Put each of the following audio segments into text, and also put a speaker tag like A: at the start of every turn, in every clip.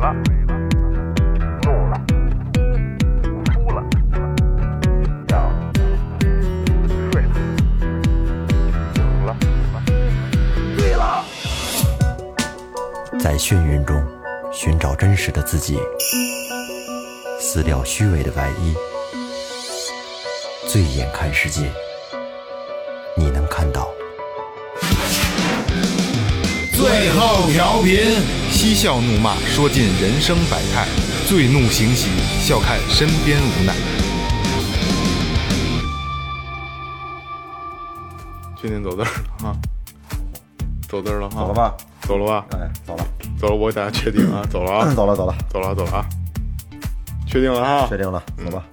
A: 了，怒了，哭了，笑了，睡了，醒了，醉了。
B: 在眩晕中寻找真实的自己，撕掉虚伪的外衣，醉眼看世界，你能看到。
C: 最后调频，嬉笑怒骂，说尽人生百态；醉怒行喜，笑看身边无奈。确定走字儿了啊？走字儿了哈？啊
D: 走了？吧？
C: 走了吧？
D: 哎，走了，
C: 走了，我给大家确定 啊，走了啊，
D: 走了，走了，
C: 走了，走了啊，确定了啊
D: 确定了，走吧。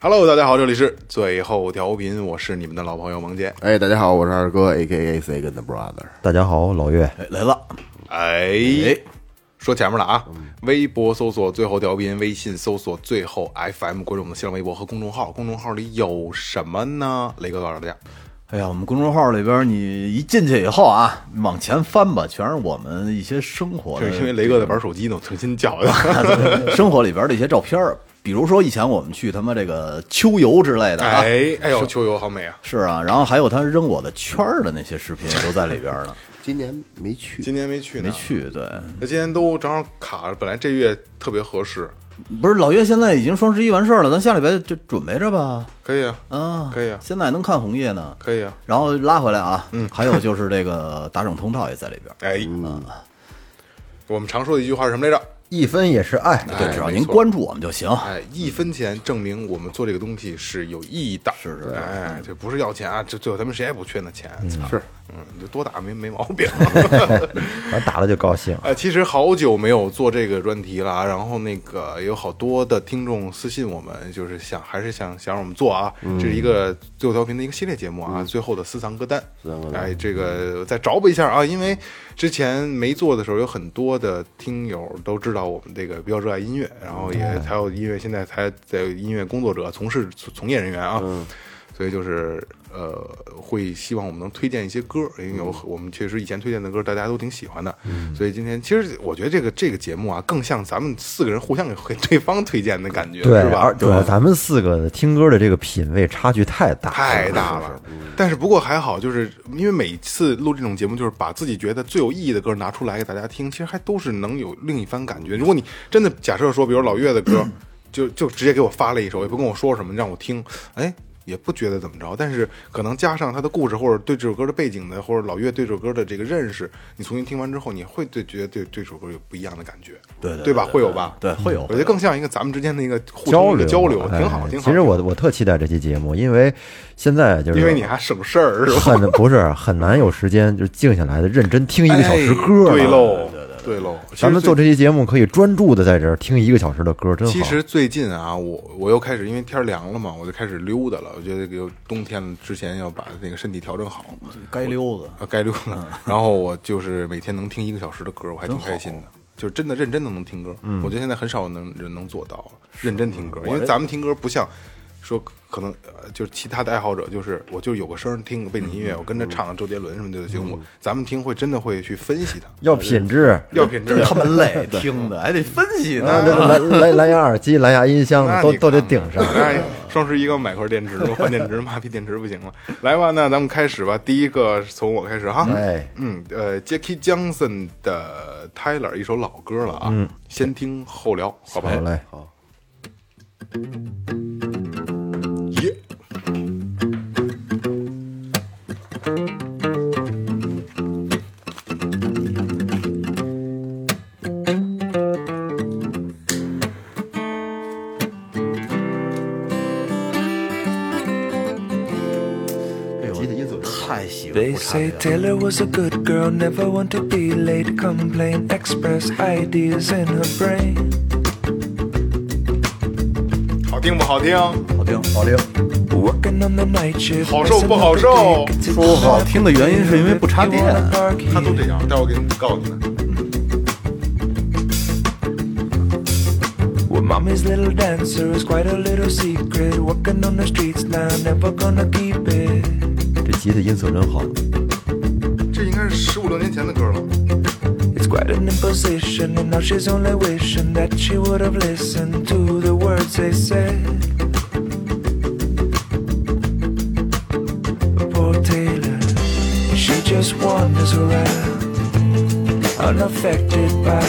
C: ！Hello，大家好，这里是最后调频，我是你们的老朋友萌姐。
E: 哎，大家好，我是二哥，A K A C 跟 The Brother。
D: 大家好，老岳，
E: 来了，
C: 哎，说前面了啊，微博搜索最后调频，微信搜索最后 FM，关注我们的新浪微博和公众号。公众号里有什么呢？雷哥告诉大家，
F: 哎呀，我们公众号里边，你一进去以后啊，你往前翻吧，全是我们一些生活
C: 这
F: 的
C: 是因为雷哥在玩手机呢，我诚心叫他。
F: 生活里边的一些照片儿，比如说以前我们去他妈这个秋游之类的啊，
C: 哎，哎呦，秋游好美啊！
F: 是啊，然后还有他扔我的圈儿的那些视频都在里边呢，
E: 今年没去，
C: 今年没去呢，
F: 没。去。对，
C: 那今年都正好卡着，本来这月特别合适，
F: 不是老岳现在已经双十一完事儿了，咱下礼拜就准备着吧。
C: 可以啊，
F: 啊，
C: 可以啊
F: 现在能看红叶呢。
C: 可以啊。
F: 然后拉回来啊，嗯，还有就是这个打赏通道也在里边儿，嗯
C: 哎，我们常说的一句话是什么来着？
D: 一分也是爱，
F: 对，只要
C: 哎没
F: 您
C: 错
F: 关注我们就行。
C: 哎，一分钱证明我们做这个东西是有意义的。是是，哎，这不是要钱啊，这最后咱们谁也不缺那钱。是，嗯，这多打没没毛病。
D: 反正打了就高兴。
C: 哎，其实好久没有做这个专题了啊，然后那个有好多的听众私信我们，就是想还是想想让我们做啊，
F: 嗯
C: 这是一个最后调频的一个系列节目啊，最后的私藏歌单。哎，这个再找补一下啊，因为之前没做的时候，有很多的听友都知道我们这个比较热爱音乐，然后也还有音乐现在才在音乐工作者、从事从业人员啊。所以就是呃，会希望我们能推荐一些歌，因为有我们确实以前推荐的歌大家都挺喜欢的，所以今天其实我觉得这个这个节目啊，更像咱们四个人互相给对方推荐的感觉，
D: 对
C: 是，吧
D: 而？主要咱们四个的听歌的这个品味差距太大，
C: 太大了，嗯但是不过还好，就是因为每次录这种节目，就是把自己觉得最有意义的歌拿出来给大家听，其实还都是能有另一番感觉。如果你真的假设说，比如老岳的 歌，就就直接给我发了一首，也不跟我说什么，让我听，哎，也不觉得怎么着。但是可能加上他的故事，或者对这首歌的背景的，或者老岳对这首歌的这个认识，你重新听完之后，你会对觉得对对这首歌有不一样的感觉，
F: 对对
C: 对吧？会有吧？
F: 对，会有
C: 我觉得更像一个咱们之间的一个互
D: 交
C: 动一
D: 流
C: 个交流，
D: 哎
C: 挺好，挺好。
D: 其实我我特期待这期节目，因为现在就是
C: 因为你还省事儿是吧？
D: 很不是很难有时间就静下来的认真听一个小时歌、
C: 哎对。喽，对喽。其实
D: 咱们做
C: 最
D: 这期节目可以专注的在这儿听一个小时的歌，真好。
C: 其实最近啊，我我又开始因为天儿凉了嘛，我就开始溜达了。我觉得有冬天了之前要把那个身体调整好，
F: 该溜子。嗯
C: 啊，该溜达。 然后我就是每天能听一个小时的歌，我还挺开心的。就是真的认真的能听歌，
F: 嗯
C: 我觉得现在很少能人能做到了认真听歌，因为咱们听歌不像说可能呃就是其他的爱好者，就是我就有个声儿听个背景音
F: 嗯
C: 乐，我跟着唱唱周杰伦什么的就行。我咱们听会真的会去分析它，
D: 要品质，
C: 要品质
F: 真。他 妈累，听的还得分析
D: 啊
F: 呢。
D: 这蓝 蓝蓝牙耳机、蓝牙音箱
C: 那
D: 都
C: 你
D: 都得
C: 看
D: 顶上。
C: 哎，双十一给我买块电池，换电池，妈逼电池不行了。来吧，那咱们开始吧。第一个从我开始
G: 啊
C: 哈。
D: 哎，
C: 嗯，呃，Jackie Johnson 的 Tyler 一首老歌了啊，先听后聊，好不好
D: 好？嘞，
C: 耶。
F: 太喜欢
H: They
F: 不差
H: say
F: 劲了。
H: Taylor was a good girl, never want to be late. Complain, express ideas in her brain.
C: 好听不好听？
F: 好听，好听。
H: Working on the night shift.
C: 好受不好受？
F: 说好听的原因是因为不插电。
C: 他都这样，待会儿我给你告诉你们。
H: Well, mommy's little dancer is quite a little secret. Working on the streets now, never gonna keep it.
D: 这吉他音色真好。
C: 这应该是十五六年前的歌了。
H: It's It's quite an imposition, and now she's only wishing that she would have listened to the words they said. Poor Taylor, she just wanders around, unaffected by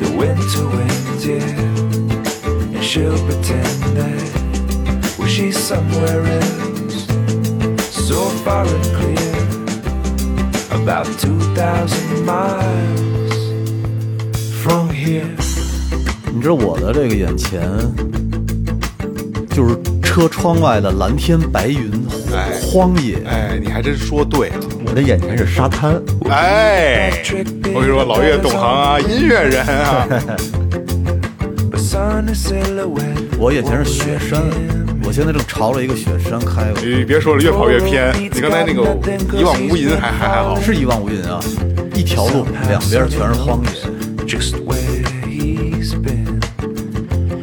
H: the winter wind, yeah. And she'll pretend that well, she's somewhere else, so far and clear about 2,000 miles from here.
F: 你知道我的这个眼前，就是车窗外的蓝天白云、
C: 哎
F: 荒荒野，
C: 哎，你还真说对了，
D: 我的眼前是沙滩，
C: 哎，我跟你说，老岳懂行啊，音乐人啊，
H: But sun is silhouette.
F: 我眼前是雪山，我现在正朝着一个雪山开过去，
C: 你别说了，越跑越偏。你刚才那个一望无垠还还还好，
F: 是一望无垠啊，一条路两边全是荒野，
H: Just where he's been.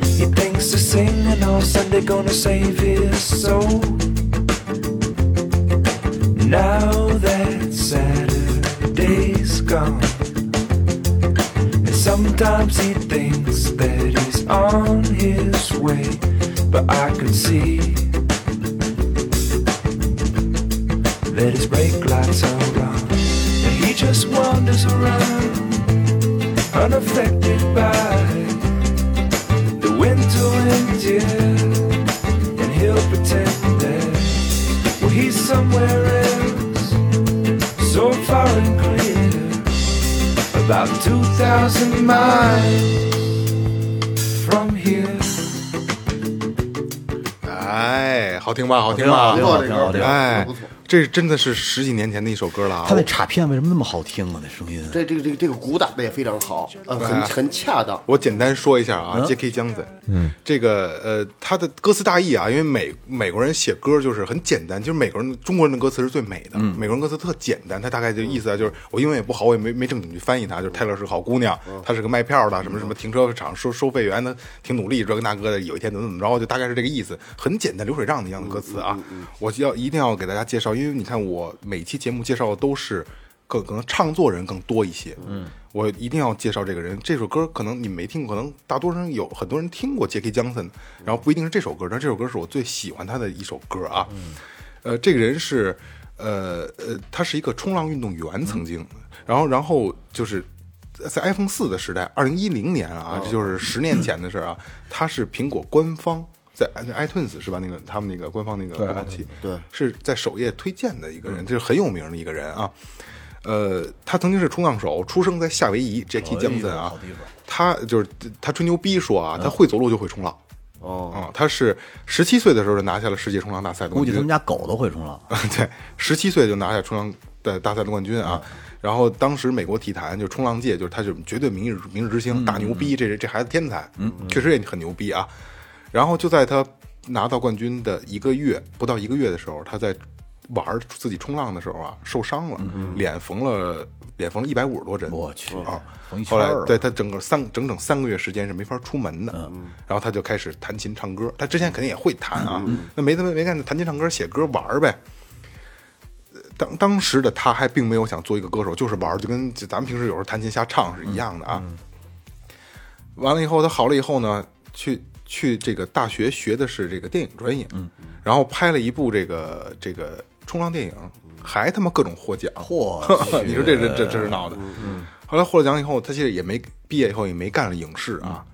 H: He thinks the singing all Sunday gonna save his soul. Now that Saturday's gone. And sometimes he thinks that he's on his way. But I could see that his brake lights are on. And he just wanders around unaffected by the winter wind, yeah. And he'll pretend that well, he's somewhere else, so far and clear, about 2,000 miles from here.
C: 哎，好听吧，好听
F: 好
C: 吧
F: 听，好听好听。啊
C: 哎，这真的是十几年前的一首歌了啊
F: 他。那插片为什么那么好听啊？那声音，
E: 这这个这个这个鼓打的也非常好，呃，很
C: 哎
E: 很恰当。
C: 我简单说一下啊，J.K. 江森，嗯，这个呃，他的歌词大意啊，因为美美国人写歌就是很简单，就是美国人中国人的歌词是最美的，
F: 嗯
C: 美国人歌词特简单，他大概就意思啊，就是我英文也不好，我也没没正经去翻译它，就是泰勒是个好姑娘，
F: 嗯
C: 她是个卖票的，什么什么停车场收收费员，她挺努力，这个那个的，有一天怎么怎么着，就大概是这个意思，很简单，流水账的一样的歌词啊，我就要一定要给大家介绍，因为你看我每期节目介绍的都是。可可能唱作人更多一些。嗯，我一定要介绍这个人。这首歌可能你没听过，可能大多数人有很多人听过 J.K. 江森，然后不一定是这首歌，但这首歌是我最喜欢他的一首歌啊。呃，这个人是，呃呃，他是一个冲浪运动员，曾经，然后然后就是在 iPhone 四的时代，二零一零年啊，这就是十年前的事儿啊，他是苹果官方。在那 iTunes 是吧？那个他们那个官方那个浏览器，对，嗯是在首页推荐的一个人，这是很有名的一个人啊。呃，他曾经是冲浪手，出生在夏威夷。Jackie Johnson 啊，他就是他吹牛逼说
F: 嗯
C: 啊，他会走路就会冲浪。哦、啊，他是十七岁的时候就拿下了世界冲浪大赛的
F: 估
C: 冠
F: 计
C: 军
F: 他。们家狗都会冲浪。啊
C: 对，十七岁就拿下冲浪的大赛的冠军啊。
F: 嗯
C: 然后当时美国体坛就冲浪界就是他就是绝对明日明日之
F: 嗯
C: 星，大牛逼，这是这孩子天才，确实也很牛逼啊。然后就在他拿到冠军的一个月不到一个月的时候，他在玩儿自己冲浪的时候啊受伤了，脸缝了脸缝了一百五十多针，
F: 嗯我去
C: 啊！
F: 缝一圈
C: 后来
F: 儿啊嗯
C: 对他整个三整整三个月时间是没法出门的，啊然后他就开始弹琴唱歌。他之前肯定也会弹啊，
F: 嗯
C: 那没他妈没干，弹琴唱歌写歌玩儿呗。当当时的他还并没有想做一个歌手，就是玩儿，就跟就咱们平时有时候弹琴瞎唱是一样的啊。完了以后，他好了以后呢，去去这个大学学的是这个电影专业，嗯，然后拍了一部这个这个冲浪电影，还他妈各种获奖，
F: 嚯
C: 你说这这这这是闹的。嗯，后来获了奖以后，他其实也没毕业以后也没干了影视啊。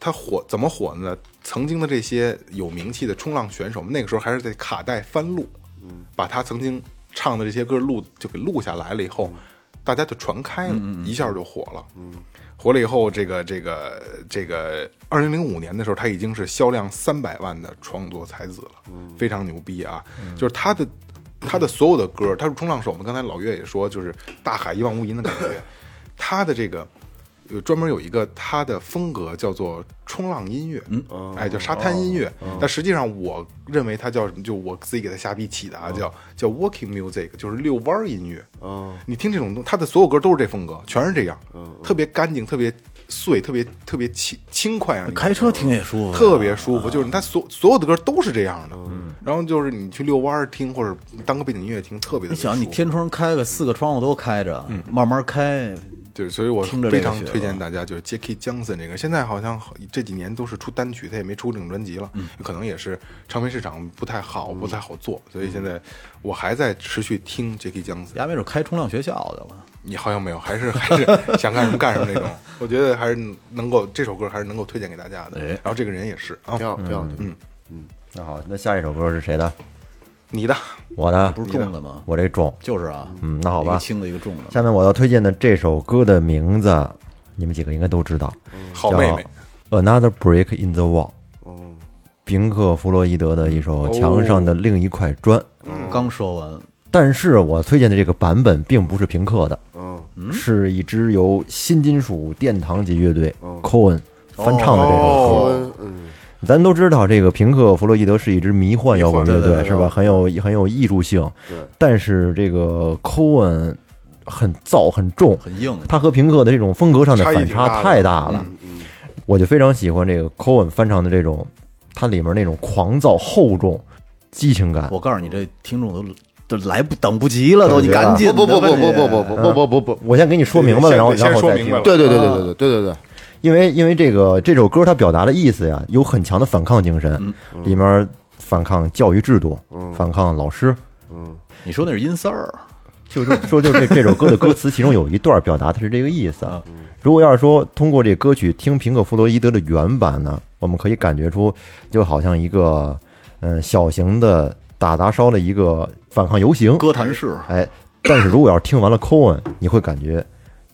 C: 他火怎么火呢？曾经的这些有名气的冲浪选手，那个时候还是在卡带翻录，把他曾经唱的这些歌录就给录下来了以后，大家就传开了，一下就火了。火了以后，这个这个这个，二零零五年的时候，他已经是销量三百万的创作才子了，非常牛逼啊！就是他的他的所有的歌，他是冲浪手嘛，刚才老岳也说，就是大海一望无垠的感觉。他的这个有专门有一个他的风格叫做冲浪音乐，哎，叫沙滩音乐。但实际上，我认为它叫什么？就我自己给它瞎逼起的啊，
F: 嗯
C: 叫叫 walking music，就是遛弯儿音乐。
F: 嗯
C: 你听这种东，他的所有歌都是这风格，全是这样，特别干净，特别碎，特别特别轻轻快，让你
F: 开车听也舒服，嗯
C: 特别舒服，就是他所所有的歌都是这样的，然后就是你去遛弯儿听，或者当个背景音乐听，特别的嗯
F: 你想，你天窗开个四个窗户都开着，慢慢开，
C: 对，所以我
F: 听着这
C: 非
F: 个
C: 常
F: 曲
C: 推荐
F: 子
C: 大家就是 Jackie Johnson 这个，现在好像好这几年都是出单曲，他也没出这种专辑了，可能也是唱片市场不太好，不太好做，所以现在我还在持续听 Jackie Johnson。
F: 牙没准开冲浪学校去了。
C: 你好像没有，还是还 是想干什么干什么那种，我觉得还是能够这首歌还是能够推荐给大家的。
F: 哎
C: 然后这个人也是啊
E: 挺，好，挺好。嗯，
D: 那好，那下一首歌是谁的？
C: 你的
D: 我的，
F: 不是中了吗？
D: 我这中。
F: 就是啊，
D: 嗯，那好
F: 一个
D: 吧。
F: 轻的，一个重的。
D: 下面我要推荐的这首歌的名字，你们几个应该都知道，
C: 嗯好
D: 叫
C: 妹妹，哦
D: 《Another Break in the Wall》。宾客弗洛伊德的一首《墙上的另一块砖》，
F: 刚说完，
D: 但是我推荐的这个版本并不是平克的，
F: 嗯
C: 嗯
D: 是一支由新金属殿堂级乐队 Cohen 翻唱的这首歌。
C: 哦，
D: 咱都知道，这个平克·弗洛伊德是一支迷幻摇滚乐
F: 迷幻
D: 队，
F: 对
D: 是吧？很有很有艺术性。但是这个 Cohen 很燥很重，
F: 很硬，
D: 他和平克的这种风格上的
C: 差异
D: 反
C: 挺
D: 差
C: 大的
D: 太大了。我就非常喜欢这个 Cohen 翻唱的这种，它里面那种狂躁、厚重、激情感。
F: 我告诉你，这听众都都来不等不及了，都你赶紧的
E: 不不不
F: 吧
E: 不不不
F: 你
E: 不不不不不，
D: 我先给你说明白了，
C: 先
D: 然后
C: 先
D: 然后
C: 说
D: 再
C: 明白
D: 听
C: 了。啊
E: 对对对对对对对对对，
D: 因为因为这个这首歌它表达的意思呀，有很强的反抗精神，里面反抗教育制度，反抗老师，
F: 你说那是阴三儿，
D: 嗯 就就说就是这这首歌的歌词，其中有一段表达的是这个意思。啊。
F: 嗯
D: 如果要是说通过这歌曲听平克·弗洛伊德的原版呢，我们可以感觉出，就好像一个嗯小型的打砸烧的一个反抗游行。
F: 哥谭市
D: 哎，但是如果要是听完了 Cohen，你会感觉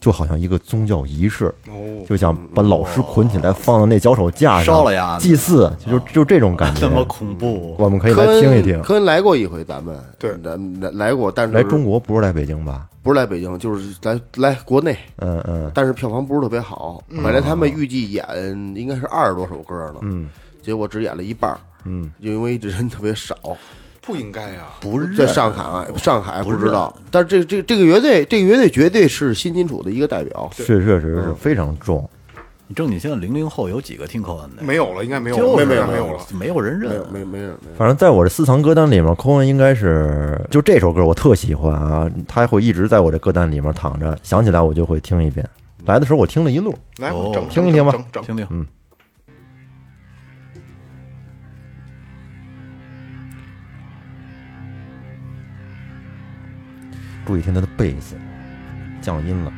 D: 就好像一个宗教仪式，
C: 哦，
D: 就想把老师捆起来放到那脚手架上，
F: 烧了呀
D: 祭祀，就就这种 感觉
F: 那。么恐怖，
D: 我们可以
E: 科
D: 来
E: 恩
D: 听一听。
E: 科恩来过一回，咱们
C: 对
E: 来来来过，但是
D: 来中国不是来北京吧？
E: 不是来北京，就是来来国内，
D: 嗯嗯，
E: 但是票房不是特别好。
C: 嗯
E: 本来他们预计演应该是二十多首歌呢，嗯，结果只演了一半儿，嗯，因为人特别少，
C: 不应该啊呀，
E: 不是在上海，啊上海不知道。但是这这这个乐队，这个乐队绝对是新金属的一个代表。
D: 是确实
F: 嗯
D: 是非常重。
F: 你正经现在零零后有几个听科恩的？
C: 没有了，应该没有
F: 就
C: 了，
F: 是
C: 没有没有了。
F: 没有人
E: 没
F: 认
E: 有，，没有没有没有。
D: 反正在我的私藏歌单里面，c o h e n 应该是就这首歌我特喜欢啊，它会一直在我的歌单里面躺着，想起来我就会听一遍。来的时候我听了一路，
C: 来，
F: 哦
C: 整
D: 听一听吧嗯
C: 整整
F: 听听，
D: 注意听它的贝斯降音了，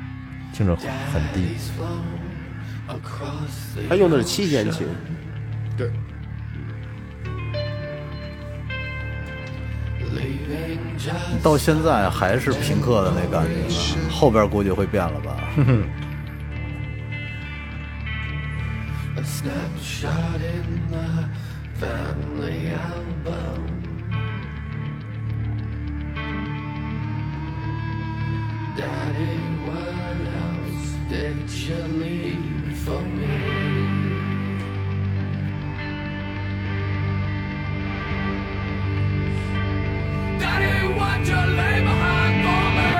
D: 听着很低，
E: 他用的是七弦琴，
C: 对，
F: 到现在还是平克的那感觉呢，后边估计会变了吧？
H: Daddy, what you lay behind for me?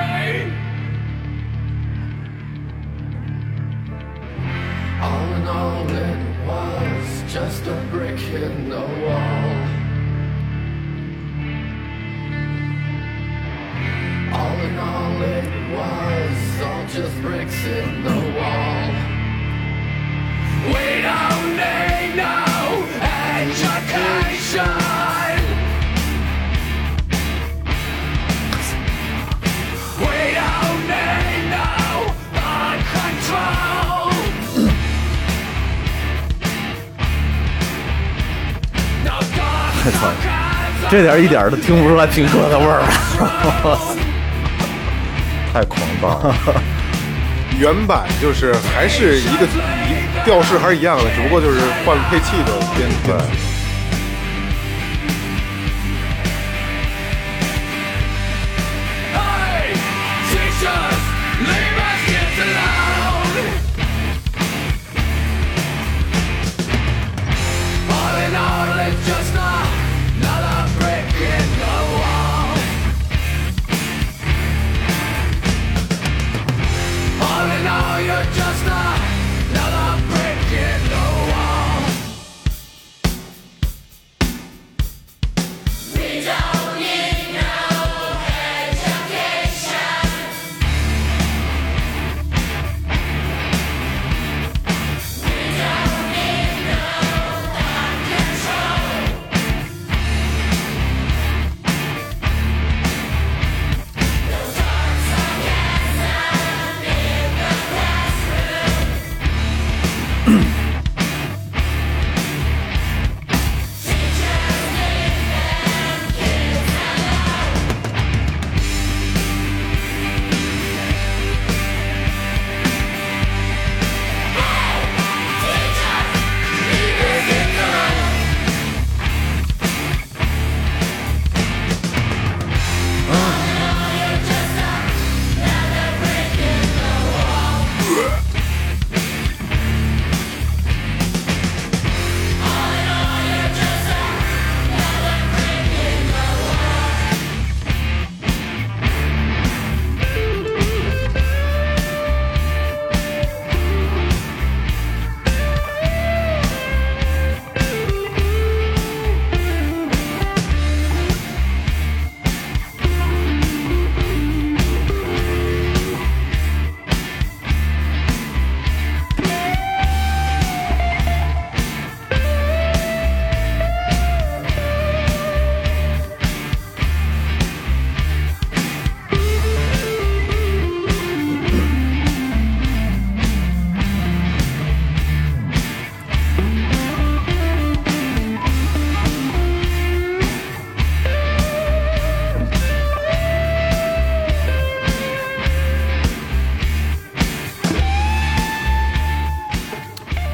H: All in all, it was just a brick in the wall. All in all, it was all just bricks in the wall. We don't need no education. We don't need no mind control. No God, no gods,
F: 这点一点都听不出来平克的味儿了。
D: 太狂暴了。
C: 原版就是还是一个一调式还是一样的，只不过就是换了配器的编编曲。
H: hey, teach us, leave us kids alone. All in all, it's just another brick in the wall. All in all, you're just another brick in the wall.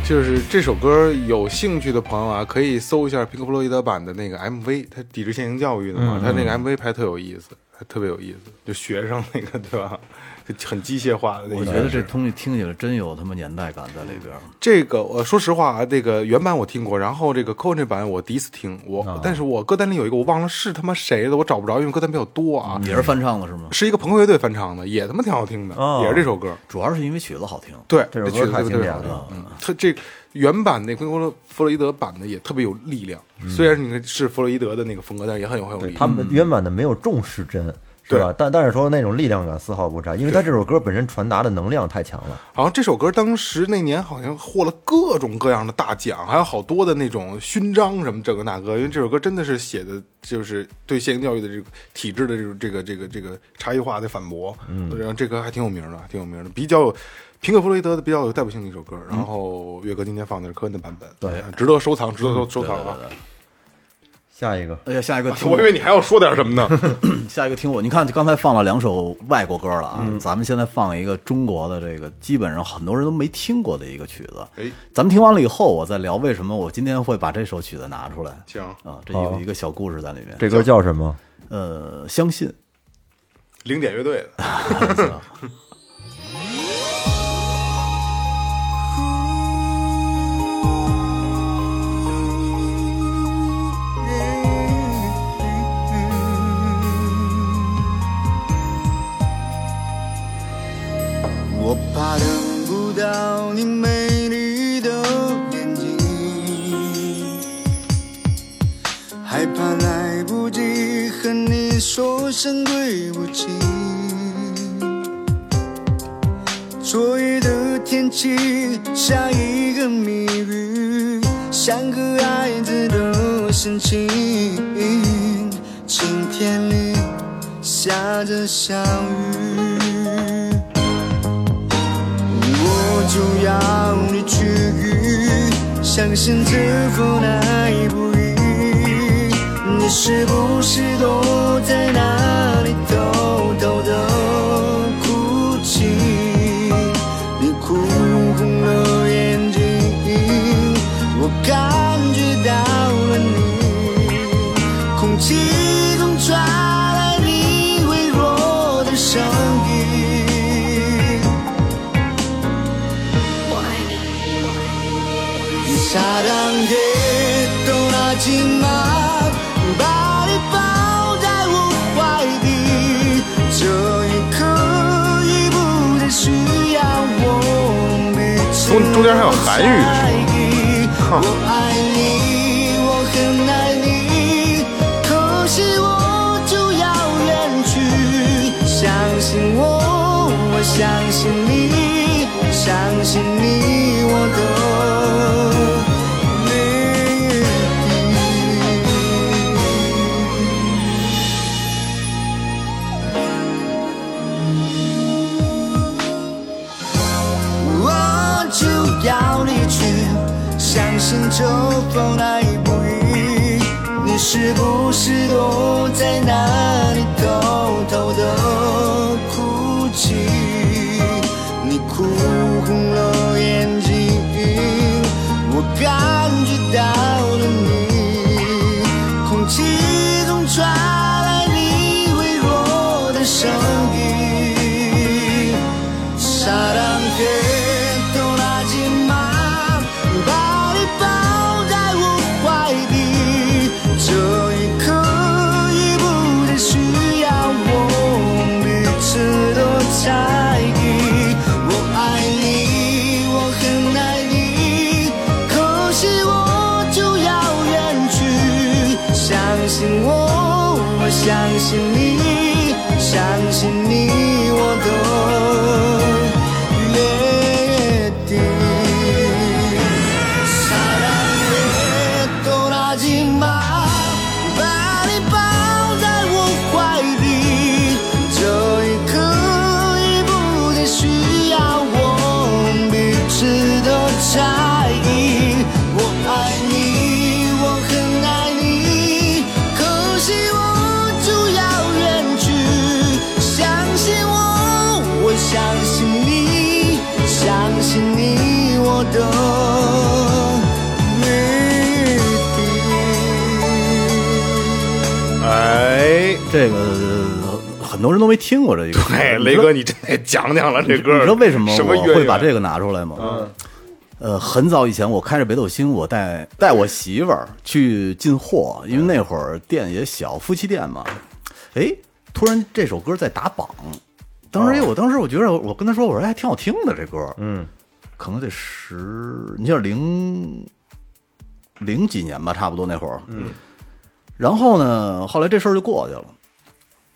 C: 就是这首歌有兴趣的朋友啊，可以搜一下平克·弗洛伊德版的那个 MV，它抵制现行教育的
F: 嗯
C: 嘛，它那个 MV 拍特有意思，还特别有意思，就学生那个对吧？就很机械化的那个。
F: 我觉得这东西听起来真有他妈年代感在里边儿。
C: 这个我说实话啊，这个原版我听过，然后这个 c o n 这版我第一次听，我、
D: 啊
C: 但是我歌单里有一个我忘了是他妈谁的，我找不着，因为歌单比较多啊。
F: 也是翻唱的是吗？
C: 是一个朋克乐队翻唱的，也他妈挺好听的，
D: 哦
C: 也是这首歌。
F: 主要是因为曲子好听。
C: 对，
D: 这首
C: 曲
D: 歌
C: 子
D: 太
C: 特
D: 经
C: 别
D: 典
C: 好听
D: 了。
C: 嗯，它这原版那昆罗弗洛伊德版的也特别有力量，虽然你看是弗洛伊德的那个风格，但是也很有很有力
D: 嗯他
C: 量。
F: 嗯
D: 们原版的没有重失真，是吧？但但是说那种力量感丝毫不差，因为他这首歌本身传达的能量太强了。
C: 好像这首歌当时那年好像获了各种各样的大奖，还有好多的那种勋章什么这个那个，因为这首歌真的是写的就是对现行教育的这个体制的这种这个这个这个差异化的反驳，嗯，然后这歌还挺有名的，挺有名的，比较有平克·弗洛伊德的比较有代表性的一首
D: 嗯
C: 歌，然后岳哥今天放的是科恩的版本，对，值得收藏，值得收收藏啊！
D: 下一个，
F: 哎呀，下一个 听
C: 我以为你还要说点什么 呢，
F: 下一个听我，你看刚才放了两首外国歌了啊，
D: 嗯
F: 咱们现在放一个中国的这个，基本上很多人都没听过的一个曲子。
C: 哎
F: 咱们听完了以后，我再聊为什么我今天会把这首曲子拿出来。
C: 行
F: 啊，这有一个小故事在里面。
D: 这歌叫什么？
F: 呃，相信
C: 零点乐队的。
G: 我怕等不到你美丽的眼睛，害怕来不及和你说声对不起。昨夜的天气像一个谜语，像个孩子的心情。晴天里下着小雨。我就要你去，相信这份爱不易。你是不是都在那里偷偷的哭泣？你哭红了眼睛，我感觉到了你，空气中传来你微弱的声音。사랑해떠나지마把你抱在我怀里，这一刻已不再需要我每次
C: 中中间还有韩语是吗
G: 我爱你，我很爱你，可惜我就要远去。相信我，我相信你，相信你，我的你。我就要离去，相信这份爱不易。你是不是都在那里偷偷的哭泣？你哭红了眼睛，我感觉到了你，空气中传来你微弱的声音。사랑해떠나지마발이抱在我怀里，这一刻已不再需要我彼此的猜疑。我爱你，我很爱你，可惜我就要远去。相信我，我相信你，相信你，我的约定。사랑해떠나지마把你抱在我怀里，这一刻已不再需要我彼此的猜疑。我爱你，我很爱你，可惜我就要。
F: 这个很多人都没听过这一个。
C: 哎，
F: 你
C: 雷
F: 知道
C: 哥，你真得讲讲了这歌儿。
F: 你知道为什么
C: 什么
F: 我会把这
C: 个？
F: 个拿出来吗？呃，很早以前我开着北斗星，我带带我媳妇儿去进货，因为那会儿店也小，夫妻店嘛。哎，突然这首歌在打榜，当时
C: 哦
F: 哎我当时我觉得我跟她说，我说哎，挺好听的这歌，嗯，可能得十，你像零零几年吧，差不多那会儿，嗯。然后呢，后来这事儿就过去了。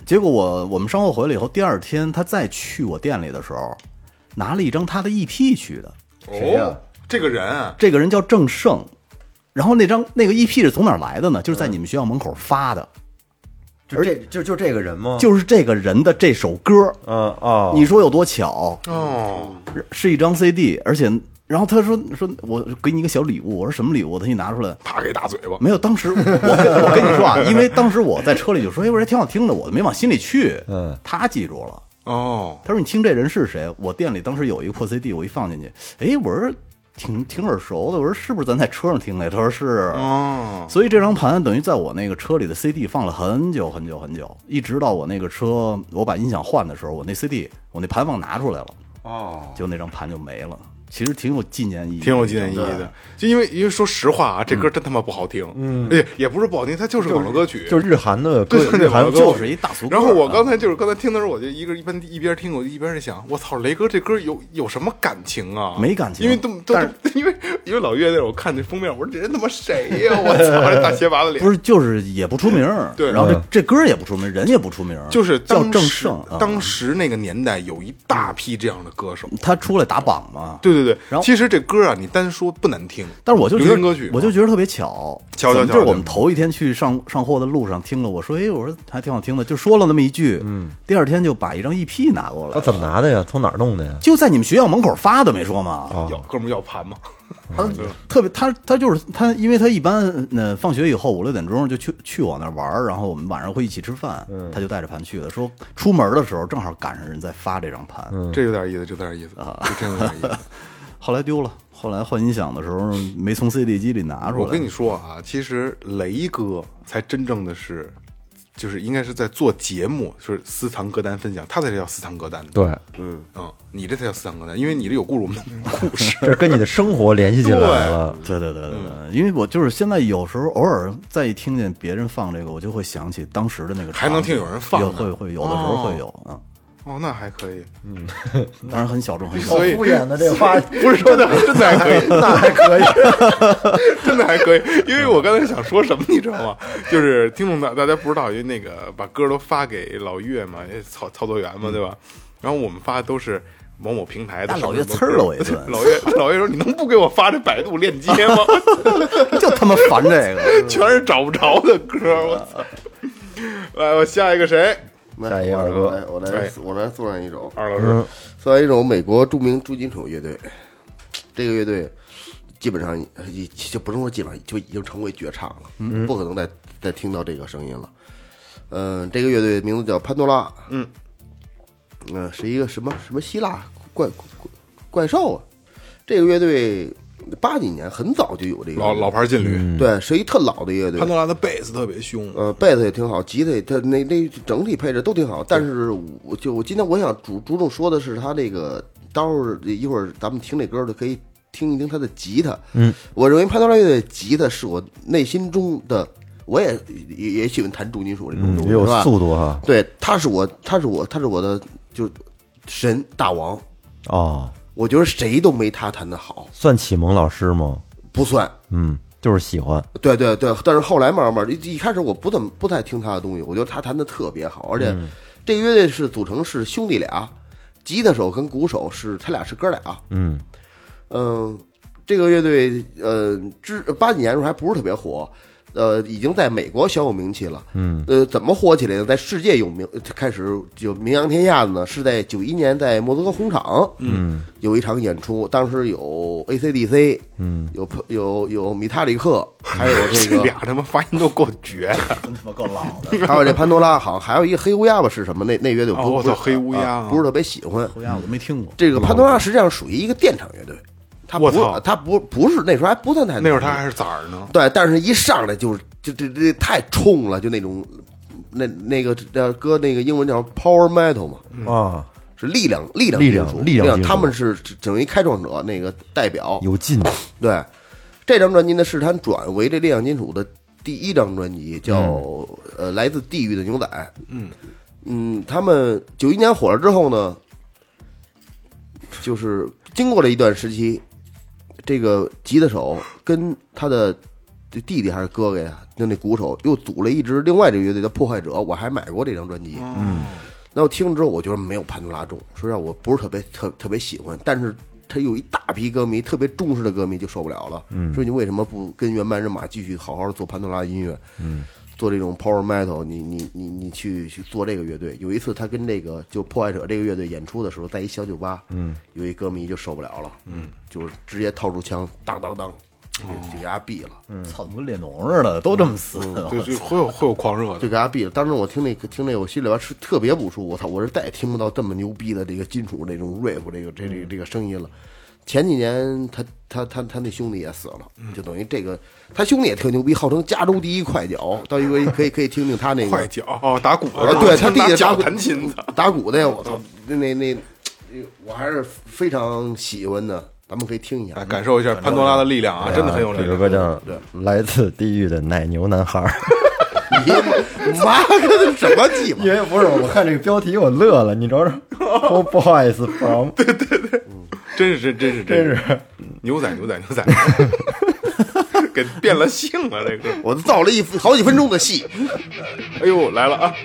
F: 结果我我们稍后回来以后，第二天他再去我店里的时候，拿了一张他的 EP 去的。
C: 哦，这个人啊
F: 这个人叫郑胜，然后那张那个 EP 是从哪儿来的呢？就是在你们学校门口发的，
D: 就这就就这个人吗？
F: 就是这个人的这首歌。
D: 嗯哦，
F: 你说有多巧？
C: 哦，
F: 是一张 CD，而且然后他说说我给你一个小礼物，我说什么礼物？他一拿出来，
C: 啪给大嘴巴。
F: 没有，当时我我跟你说啊，因为当时我在车里就说，哎，我说挺好听的，我没往心里去。嗯，他记住了。
C: 哦，
F: 他说：“你听这人是谁？”我店里当时有一个破 CD，我一放进去，哎，我说挺挺耳熟的，我说是不是咱在车上听的？他说是。
C: 哦，
F: 所以这张盘等于在我那个车里的 CD 放了很久很久很久，一直到我那个车我把音响换的时候，我那 CD 我那盘忘拿出来了，哦，就那张盘就没了。其实挺有纪念意义，
C: 挺有纪念意义的。就因为因为说实话啊，这歌真他妈不好听，嗯，也也不是不好听，它就是网络歌曲，
D: 就是日韩 的歌，
C: 对
D: 日韩
C: 我
F: 就是一大俗歌
C: 然
F: 啊。
C: 后我刚才就是刚才听的时候，我就一个一边一边听，我就一边在想，我操，雷哥这歌有有什么感情啊？
F: 没感情
C: 因为都都
F: 但
C: 都 因为因为老岳那会儿我看这封面，我说这人他妈谁呀？ 我操，这大斜拔子脸
F: 不。是就是也不出名儿，
C: 对
F: 然后
D: 嗯
F: 这这歌也不出名，人也不出名，
C: 就是
F: 叫
C: 当
F: 郑
C: 时
F: 胜，啊
C: 当时那个年代有一大批这样的歌手。
F: 他出来打榜嘛，
C: 对对对，
F: 嗯然后
C: 其实这歌啊，你单说不难听，
F: 但是我就觉
C: 流
F: 得
C: 行歌曲嘛，啊
F: 我就觉得特别巧，
C: 巧巧
F: 怎么
C: 巧
F: 就是
C: 巧
F: 我们头一天去上上货的路上听了，我说哎，我说还挺好听的，就说了那么一句，嗯，第二天就把一张 EP 拿过来
D: 他
F: 了，
D: 啊怎么拿的呀？从哪儿弄的呀？哦
F: 就在你们学校门口发的，没说吗？
C: 要哥们儿要盘嘛，
F: 啊 他特别，他他就是他，因为他一般呃放学以后五六点钟就去去我那儿玩儿，然后我们晚上会一起吃饭，
D: 嗯
F: 他就带着盘去的。说出门的时候正好赶上人在发这张盘，
C: 啊
D: 嗯
C: 这有点意思，这有点意思啊，这真有点意思。
F: 后来丢了，后来换音响的时候没从 CD 机里拿出来。
C: 我 跟你说啊，其实雷哥才真正的是，就是应该是在做节目，就是私藏歌单分享，他才叫私藏歌单的。，
D: 对，
C: 嗯，你这才叫私藏歌单，因为你这有故事，我们都没有故事。
D: 这跟你的生活联系进来了。
F: 对对对对
C: 嗯
F: 对，因为我就是现在有时候偶尔再一听见别人放这个，我就会想起当时的那个场景，
C: 还能听有人放呢
F: 有会会有的时候会有啊，
C: 哦，那还可以，
F: 嗯当然很小众很小众
C: 所。以
D: 衍的这话，
C: 不是真的，真的还可以，
D: 那还可以。
C: 真的还可以。因为我刚才想说什么，你知道吗？就是听众大大家不知道，因为那个把歌都发给老岳嘛，也操操作员嘛，对吧？然后我们发的都是。某某平台的
F: 那
C: 什么
F: 嗯老岳
C: 什么
F: 呲儿
C: 歌
F: 了我一顿
C: 老岳老岳说：“你能不给我发这百度链接吗？”
F: 就他妈烦这个，
C: 全是找不着的歌，我 操！来，我下一个谁？
E: 来
D: 下一个
E: 我来
D: 二哥嗯
E: 来我
C: 哎
E: 来我来送上一首，
C: 二老师，
E: 送上一首美国著名重金属乐队，这个乐队基本上已就不用说基本上就已经成为绝唱了，
D: 嗯
E: 不可能再再听到这个声音了。嗯、这个乐队名字叫潘多拉，嗯，嗯、是一个什么什么希腊怪怪怪兽啊，这个乐队八几年很早就有这个
C: 老老牌劲旅，
E: 对，是一特老的乐队，
C: 潘多拉的贝斯特别凶，
E: 呃，贝斯也挺好，吉他也它那那整体配置都挺好，但是我就我今天我想主着重说的是他这个，待会儿一会儿咱们听这歌的可以听一听他的吉他。嗯，我认为潘多拉乐队的吉他是我内心中的，我也也也喜欢弹重金属这种东
D: 嗯，
E: 西，
D: 也有
E: 是吧？
D: 速度哈。
E: 对，他是我，他是我，他是我的就是神大王，
D: 哦，
E: 我觉得谁都没他弹的好，
D: 算启蒙老师吗？
E: 不算。
D: 嗯，就是喜欢。
E: 对对对，但是后来慢慢一一开始我不怎么不太听他的东西，我觉得他弹的特别好，而且这个乐队是组成是兄弟俩，吉他手跟鼓手是他俩是哥俩，
D: 嗯
E: 嗯，这个乐队呃，之八几年的时候还不是特别火，呃，已经在美国小有名气了。嗯，呃，怎么火起来的？在世界有名，开始就名扬天下的呢？是在九一年在莫斯科红场，嗯，有一场演出，当时有 AC/DC，嗯，有有有米塔里克，还有这
C: 这
E: 个
C: 俩他妈发音都够绝 的。
F: 真他妈够老 的。
E: 还有这潘多拉，好像还有一个黑乌鸦吧，是什么？那那乐队
C: 哦
E: 不
C: 我
E: 不是
C: 操黑乌鸦
E: 啊不是特别喜欢。
F: 回家我都没听过，
E: 这个潘多拉实际上属于一个电场乐队，他不
C: 我操
E: 他不不是那时候还不算太
C: 那会儿他还是崽儿呢，
E: 对，但是一上来就是就这这太冲了，就那种那那个那歌那个英文叫 power metal 嘛，
D: 啊，
E: 是力量力量
D: 力
E: 金
D: 量
E: 属
D: 力量金属
E: 他们是等于开创者那个代表，
D: 有劲，
E: 对，这张专辑呢是他转为这烈阳金属的第一张专辑，叫、
D: 嗯
E: 呃来自地狱的牛仔。嗯嗯，他们九一年火了之后呢，就是经过了一段时期，这个吉他手跟他的弟弟还是哥哥呀，就那鼓手又组了一支另外这个乐队的破坏者，我还买过这张专辑。
G: 哦
E: 嗯。那我听了之后，我觉得没有潘多拉重，说实话我不是特别特特别喜欢，但是他有一大批歌迷，特别忠实的歌迷就受不了了，说你为什么不跟原班人马继续好好的做潘多拉音乐？嗯，做这种 power metal，你你你你去去做这个乐队。有一次他跟这个就破坏者这个乐队演出的时候，在一小酒吧，嗯，有一歌迷就受不了了，嗯，就是直接掏出枪，当当当，就给就给他毙了。
F: 操，怎么跟列侬似的，都这么死？
C: 嗯对，就会有会有狂热的，
E: 就给他毙了。当时我听那个听那个，我心里边是特别不舒服。我操，我是再也听不到这么牛逼的这个金属这种 rap 这个这
C: 嗯
E: 这个、这个声音了。前几年他他他他那兄弟也死了，
C: 嗯
E: 就等于这个他兄弟也特牛逼，号称加州第一快脚。到一回可以可以听听他那个
C: 快脚哦，打鼓
E: 啊
C: 的，
E: 对他弟
C: 拿
E: 弟
C: 脚
E: 打鼓
C: 弹琴的，
E: 打鼓的，我操，那那那，我还是非常喜欢的。咱们可以听一下
C: 哎，感受一下潘多拉的力量啊，真的很有力
D: 这首
C: 量。
D: 歌叫《来自地狱的奶牛男孩》。
E: 你 妈个什么鸡巴
D: 因？为不是，我看这个标题我乐了，你瞅瞅，Oh boys from，
C: 真是真是
D: 真
C: 真
D: 是
C: 牛仔牛仔牛 仔，给变了性了这个。
E: 我都造了一好几分钟的戏。
C: 哎呦，来了啊！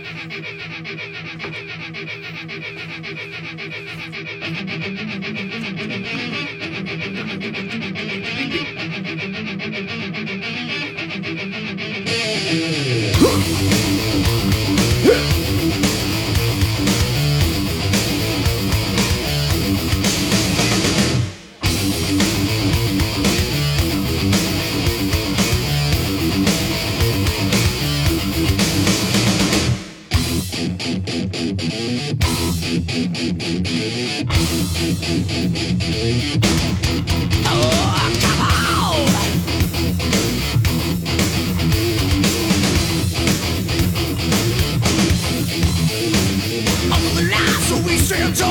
I: over the lines so we stand tall.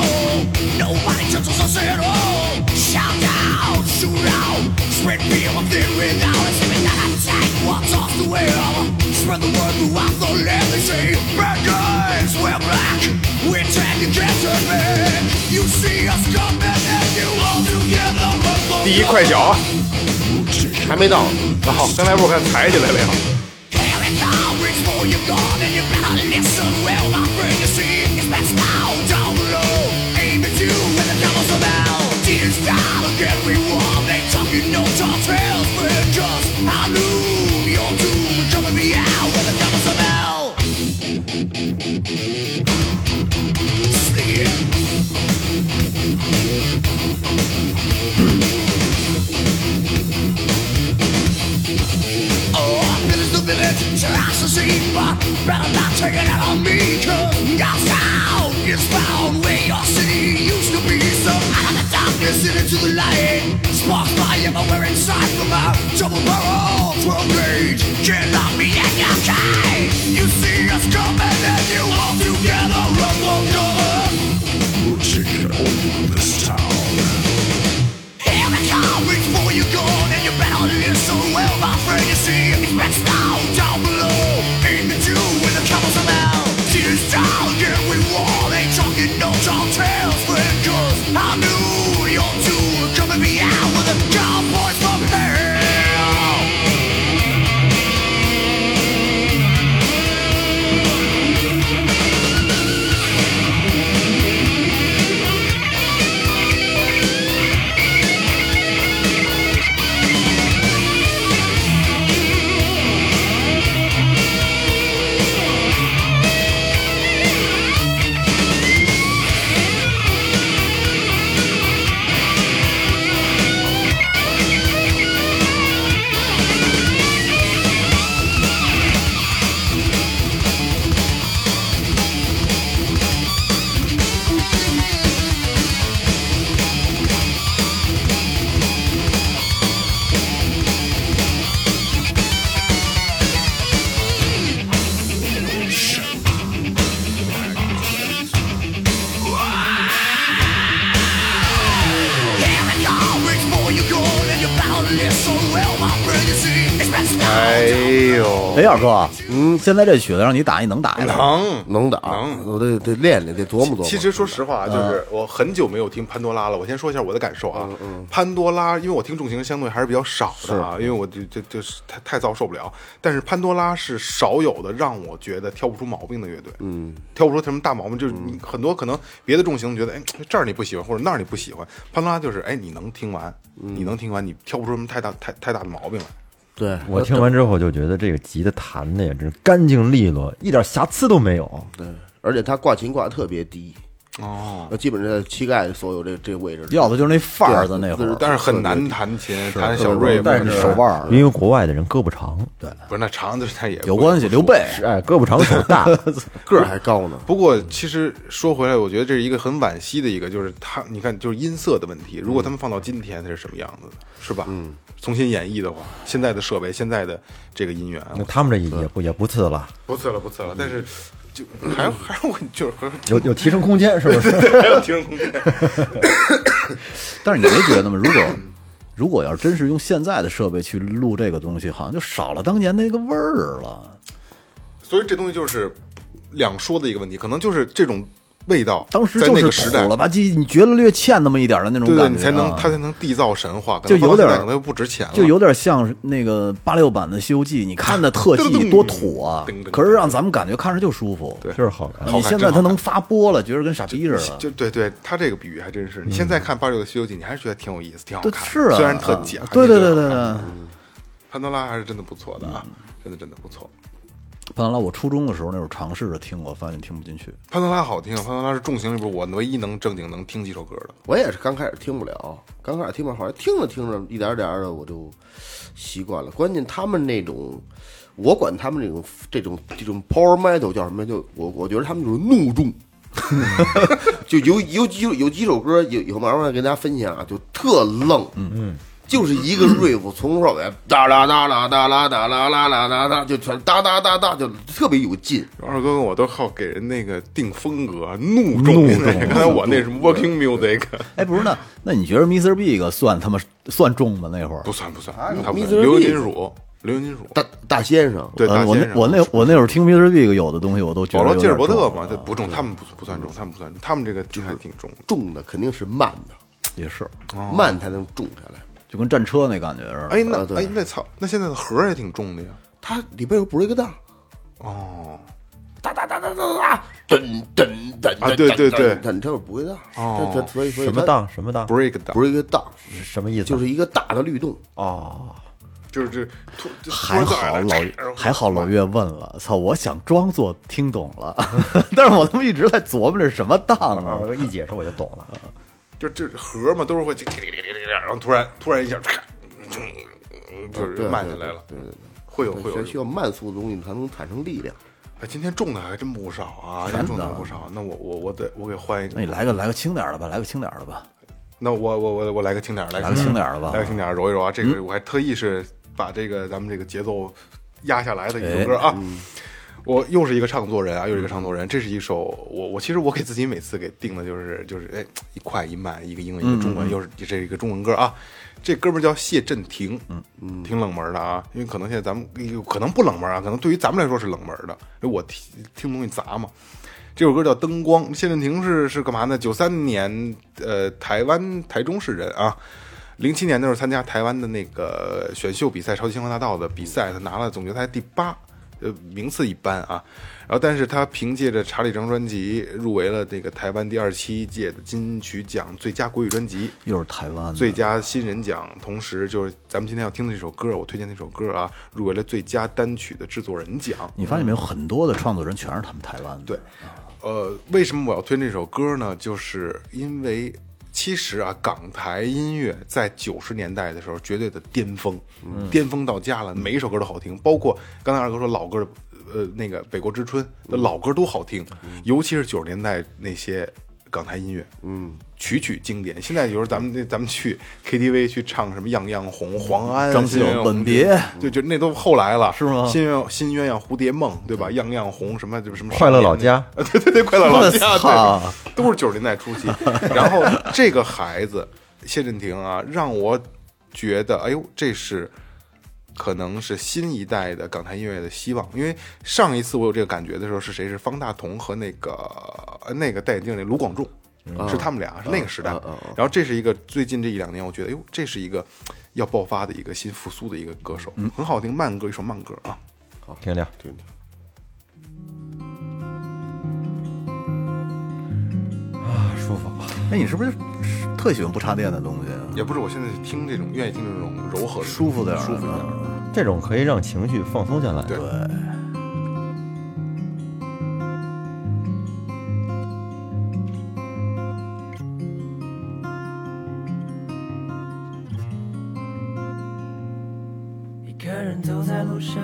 I: Nobody touches us at all. Shout out, shoot out, spread fear of the without. It's even that attack, what's off the wheel? Spread the word throughout the land, they say, bad guys, we're black. We tag you can't turn back. You see us coming and you all together. but for
C: 第一快脚，啊
E: 还没到，
C: 好，刚才不是看抬起来了呀？
I: Hell and now reach for your gun and you better listen well. My friend, you see, it's best now down below. Aim at you when the devil's about. Tears down again, we won. They talk you no tall tales, but just I knew your doom would come me out when the devil's about. Sing it. Oh, village to village, trash to see, but better not take it out on me, cause your town is found where your city used to be. So out of the darkness and into the light, sparks fire, but we're inside from a double barrel, 12 gauge, cannot be in your cage. You see us coming and you all together run for cover. We'll take it over this town. Here they come, reach for your gun and you better listen well, my friend. You see, it's best now down below. Aim at you with the cameras are out. Tears down, yeah, we war. They talking no tall tales, friend, 'cause I knew your two were coming me out with the cowboys from hell.
H: 哎
C: 哎呦，
F: 哎，二哥，嗯，现在这曲子让你打，你能打呀？
C: 能
E: 能打，
C: 能
E: 我得得练练，得琢磨琢磨。
C: 其实说实话，啊就是我很久没有听潘多拉了。我先说一下我的感受啊，潘多拉，因为我听重型相对还是比较少的啊，因为我就就就是太太燥受不了。但是潘多拉是少有的让我觉得挑不出毛病的乐队，嗯，挑不出什么大毛病，就是你很多可能别的重型觉得，哎，这儿你不喜欢或者那儿你不喜欢，潘多拉就是，哎，你能听完，你能听完，你挑不出什么太大太太大的毛病来。
E: 对，
D: 我听完之后就觉得这个吉他弹的也真是干净利落，一点瑕疵都没有。
E: 对，嗯而且他挂琴挂得特别低，
C: 哦，
E: 那基本上在膝盖所有这这个位置。
F: 要的就是那范儿的那会儿，
C: 但是很难弹琴，弹小瑞，
F: 但是手腕儿
D: 啊因为国外的人胳膊长，
C: 不是那长的他也
F: 有
C: 不
F: 关系。刘备，
D: 哎，胳膊长手大，
E: 个儿还高呢，
C: 不过，其实说回来，我觉得这是一个很惋惜的一个，就是他，你看，就是音色的问题。如果他们放到今天，它是什么样子的，是吧？嗯，重新演绎的话，现在的设备，现在的这个音源，啊
D: 那他们这也不也不次了，
C: 不次了，不次了。但是，就还还是我就是
D: 有有提升空间是不是？
C: 还有提升空间。
F: 但是你没觉得吗？如果如果要是真是用现在的设备去录这个东西，好像就少了当年那个味儿了。
C: 所以这东西就是两说的一个问题，可能就是这种味道，
F: 当时
C: 在
F: 就
C: 那
F: 是
C: 个时代
F: 土了吧唧，你觉得略欠那么一点的那种
C: 对
F: 感觉
C: 对，
F: 啊，
C: 你才能它才能缔造神话，可
F: 就
C: 能放到
F: 有点
C: 现在可能又不值钱了，
F: 就有点像那个八六版的《西游记》，你看的特技多土啊
C: 噔噔噔，
F: 可是让咱们感觉看着就舒服。对，
D: 就是好看。
F: 你现在它能发波了，觉得跟傻逼似的。
C: 就对对，他这个比喻还真是。你现在看八六的《西游记》，你还是觉得挺有意思，挺好
F: 对，
C: 看的，
F: 是啊，
C: 虽然特假
F: 啊。对对对
C: 你觉
F: 对
C: 得好看嗯
F: 对。嗯
C: 潘多拉还是真的不错的啊，真的真的不错。
F: 潘多拉，我初中的时候那会儿尝试着听过，发现听不进去。
C: 潘多拉好听，潘多拉是重型里边我唯一能正经能听几首歌的。
E: 我也是刚开始听不了，刚开始听不了，好像听着听着一点点的我就习惯了。关键他们那种，我管他们这种这种这种 power metal 叫什么？就我我觉得他们就是怒众， 就有有几有几首歌有有慢慢跟大家分享啊，就特愣，嗯嗯。就是一个 riff 从头到尾哒啦哒啦哒啦哒啦啦啦啦啦，就全哒哒哒哒，就特别有劲。
C: 二哥跟我都好给人那个定风格，怒众。
F: 啊
C: 刚才我那什么 working music
E: 啊
F: 哎，不是那那你觉得 Mr. Big 算他妈算重吗？那会儿
C: 不算不算，
D: 哎
C: 他不
E: 你
C: 算
E: 这
C: 流行
E: 例
C: 金
E: 子
C: 属，流行金属。
E: 大大先生，
C: 对，
F: 呃
C: 大
F: 我
C: 先生啊
F: 那我那我那会儿听 Mr. Big 有的东西我都觉
C: 保
F: 得
C: 罗·
F: 有
C: 吉
F: 点
C: 尔伯特
F: 重啊
C: 嘛，这不重，他们不不算重，他们不算重，他们这个还挺重的。
E: 重的肯定是慢的，
F: 也是，
E: 慢才能重下来。
F: 就跟战车那感觉似的。
C: 哦哎，那
E: 啊对
C: 哎那操，那现在的盒儿也挺重的呀。
E: 它里边有 break down，
C: 哦，
E: 哒哒哒哒哒啊哒，噔噔噔
C: 啊对对对
E: 噔，它有 break down，
C: 哦
E: 它它所以所以
D: 什么当什么当
C: break down
E: break down
D: 什么意思？
E: 就是一个大的律动，
D: 哦，
C: 就是这突就突
F: 还
C: 然到
F: 好
C: 耳
F: 老
C: 朵
F: 岳还好老岳问了，操！我想装作听懂了， 但是我他妈一直在琢磨这什么当啊！
D: 我哦一解释我就懂了。
C: 就这盒嘛，都是会叮叮叮叮叮叮，然后突然突然一下，就是慢下来了。哦对对对，会有会有
E: 它。需要慢速的东西才能产生力量。
C: 哎，今天中的还真不少啊，今天中的不少。那我我我得我给换一
F: 那
C: 个
F: 你，来个来个轻点儿的吧，来个轻点儿的吧。
C: 那我我我我来个轻点儿，来
F: 来个轻点儿的吧嗯
C: 来个轻点儿，揉一揉啊。这个我还特意是把这个咱们这个节奏压下来的一
F: 哎
C: 首歌啊。
F: 嗯
C: 我又是一个唱作人啊，又是一个唱作人。这是一首我我其实我给自己每次给定的就是就是哎一快一慢一个英文一个中
F: 嗯
C: 文，又是这是一个中文歌啊。这哥们儿叫谢振廷，嗯嗯，挺冷门的啊，因为可能现在咱们有可能不冷门啊，可能对于咱们来说是冷门的，因为我听听东西杂嘛。这首歌叫《灯光》，谢振廷是是干嘛呢？九三年，呃，台湾台中市人啊。零七年的时候参加台湾的那个选秀比赛《超级星光大道》的比赛，他拿了总决赛第八，呃，名次一般啊。然后，但是他凭借着《查理》这张专辑入围了这个台湾第二十七届的金曲奖最佳国语专辑。
F: 又是台湾的
C: 最佳新人奖，同时就是咱们今天要听的这首歌，我推荐那首歌啊，入围了最佳单曲的制作人奖。
F: 你发现没有，很多的创作人全是他们台湾的。
C: 对，呃，为什么我要推这首歌呢？就是因为其实啊，港台音乐在九十年代的时候绝对的巅峰，巅峰到家了，每一首歌都好听，包括刚才二哥说老歌的，呃，那个《北国之春》的老歌都好听，尤其是九十年代那些港台音乐，嗯。曲曲经典，现在有时候咱们那咱们去 KTV 去唱什么《样样红》《黄安》、
F: 张学友
C: 新鸳鸯
F: 吻别
C: 就就那都后来了，
F: 是吗
C: 新鸳鸯新鸳鸯蝴蝶梦，对吧？样样红什么就是什么
D: 快乐老家
C: 啊， 对对对，快乐老家，
F: 我操
C: 对，都是九十年代初期。然后这个孩子谢振廷啊，让我觉得，哎呦，这是可能是新一代的港台音乐的希望。因为上一次我有这个感觉的时候是谁？是方大同和那个呃那个戴眼镜那卢广仲，
F: 嗯
C: 是他们俩，是那个时代。然后这是一个最近这一两年，我觉得，哎呦，这是一个要爆发的一个新复苏的一个歌手，
F: 嗯
C: 很好听，慢歌一首慢歌啊。
D: 听听。
E: 对对，
F: 哎，你是不是特喜欢不插电的东西啊？
C: 也不是我现在听这种愿意听这种柔和的、
F: 舒服点儿嗯
C: 舒服一点儿。
D: 这种可以让情绪放松下来。
C: 对
J: 一个人走在路上，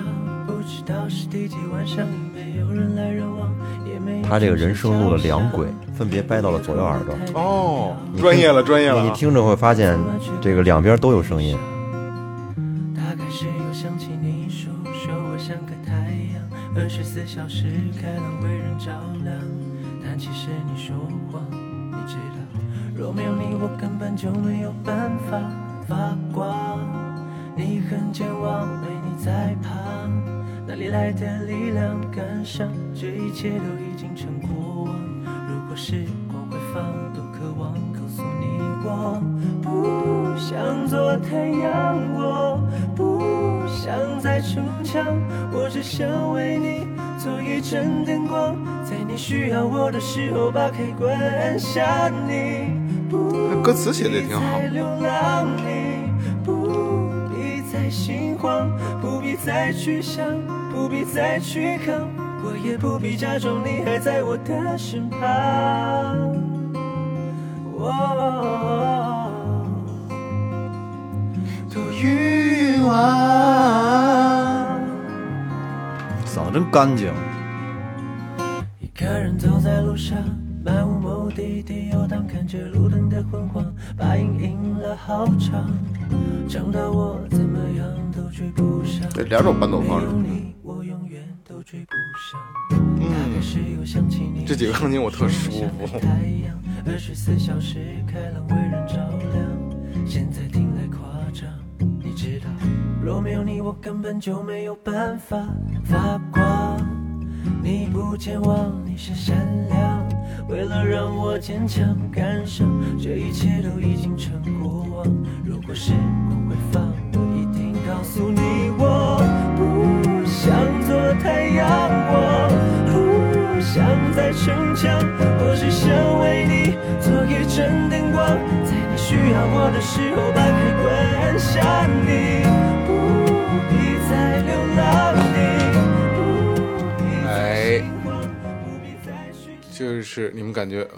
J: 不知道是第几晚上，没有人来人往，也没有
D: 他这个人生路的两轨，分别掰到了左右耳朵。
C: 哦，专业了，专业了啊。
D: 你听着会发现，这个两边都有声音。
J: 大概是又想起你说，说我像个太阳，二十四小时开朗为人照亮。但其实你说谎，你知道，若没有你，我根本就没有办法发光。你很健忘，没你在旁，哪里来的力量感伤？这一切都已经成过往。如果时光会放，多渴望告诉你我不想做太阳，我不想再逞强，我只想为你做一盏灯光，在你需要我的时候把开关按下你。不
C: 歌词写得也挺好
J: 必再流浪你不必再心慌，不必再去想，不必再去扛，我也不必假装你还在我的身旁。哦，多欲望。
F: 嗓子真干净，
J: 一个人走在路上，漫无目的地游荡，看着路灯的昏黄，把影印了好长，长到我怎么样都追不上。
E: 这两种搬动
J: 没
E: 方式
J: 有。你，我永远都追不上。大概是又想起你，
C: 这几个钢琴我特舒服
J: 太阳，二十四小时开朗为人照亮。现在听来夸张，你知道，若没有你，我根本就没有办法发光。你不健忘，你是善良，为了让我坚强感伤，这一切都已经成过往。如果时光会放，我一定告诉你，我不想做太阳，我不想再逞强，我只想为你做一盏灯光，在你需要我的时候把开关按下你，不必再流浪你，不必。
C: 哎，就是你们感觉呃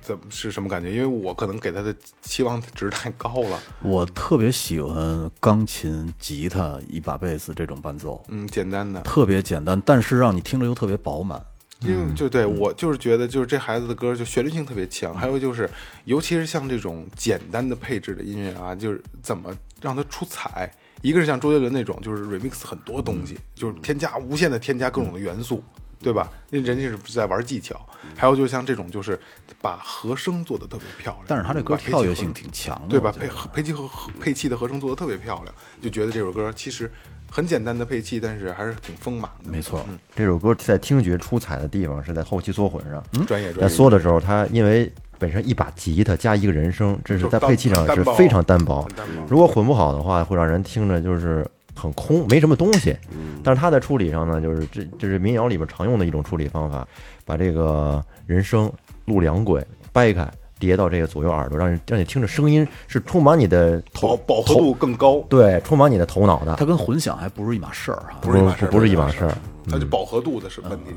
C: 怎么是什么感觉？因为我可能给他的期望值太高了。
F: 我特别喜欢钢琴、吉他、一把贝斯这种伴奏，
C: 嗯，简单的，
F: 特别简单，但是让你听着又特别饱满。
C: 因
F: 嗯
C: 为就对我就是觉得就是这孩子的歌就旋律性特别强，还有就是尤其是像这种简单的配置的音乐啊，就是怎么让它出彩。一个是像周杰伦那种，就是 remix 很多东
F: 嗯
C: 西，就是添加无限的添加各种的元素，对吧？那人家是在玩技巧。
F: 嗯
C: 还有就是像这种，就是把和声做得特别漂亮。
F: 但是他这歌
C: 把配器
F: 跳跃
C: 和
F: 性挺强的，
C: 对吧？
F: 我觉得
C: 配合配器和和配器的合成做的特别漂亮，就觉得这首歌其实很简单的配器，但是还是挺丰满的。嗯
F: 没错，
D: 这首歌在听觉出彩的地方是在后期缩混上。
F: 嗯
C: 专业
D: 在
C: 专业，
D: 缩的时候，它因为本身一把吉他加一个人声，这是在配器上是非常单薄
C: 很单薄。
D: 如果混不好的话，会让人听着就是很空，没什么东西。但是它在处理上呢，就是这这是民谣里边常用的一种处理方法，把这个人声录两轨掰开。叠到这个左右耳朵，让你让你听着声音是充满你的
C: 饱
D: 头
C: 饱和度更高，
D: 对，充满你的头脑的
F: 它，跟混响还不是一码事儿哈。
C: 不是一码事儿，
D: 不是一码事儿。
C: 它就饱和度的是问题。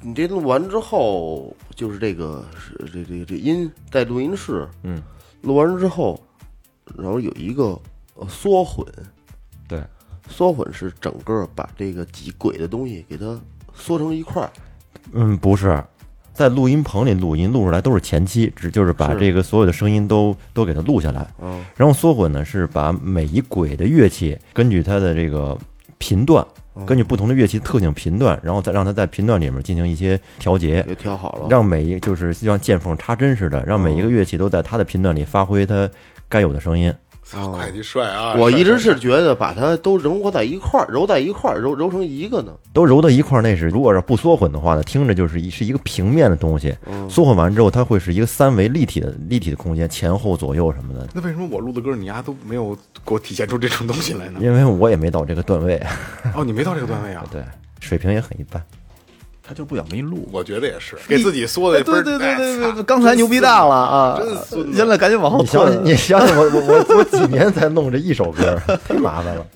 E: 你这录完之后，就是这个是这这这音在录音室，
D: 嗯，
E: 录完之后，然后有一个呃缩混，
D: 对，
E: 缩混是整个把这个几轨的东西给它缩成一块儿，
D: 嗯，不是，在录音棚里录音，录出来都是前期，只就是把
E: 是
D: 这个所有的声音都都给它录下来。
E: 嗯，
D: 然后缩混呢是把每一轨的乐器根据它的这个频段，
E: 嗯
D: 根据不同的乐器特性频段，然后再让它在频段里面进行一些调节，
E: 也挑好了，嗯
D: 让每一就是像见缝插针似的，让每一个乐器都在它的频段里发挥它该有的声音。
C: 操，会计帅 啊！
E: 我
C: 帅
E: 一直
C: 帅
E: 是觉得把它都融合在一块儿，揉在一块儿，揉揉成一个呢。
D: 都揉到一块儿，那是如果是不缩混的话呢，听着就是一是一个平面的东西，
C: 嗯
D: 缩混完之后，它会是一个三维立体的立体的空间，前后左右什么的。
C: 那为什么我录的歌你丫都没有给我体现出这种东西来呢？
D: 因为我也没到这个段位，
C: 哦，你没到这个段位啊？
D: 对，水平也很一般。
F: 他就不想给你录。
C: 我觉得也是，给自己缩的倍
F: 对
C: 儿。
F: 对对对
C: 哎
F: 对
C: 操
F: 对，刚才牛逼大了啊！
C: 真孙子
F: 现在赶紧往后
D: 你想
F: 退
D: 想，。你想想我我我我几年才弄这一首歌， 太麻烦了。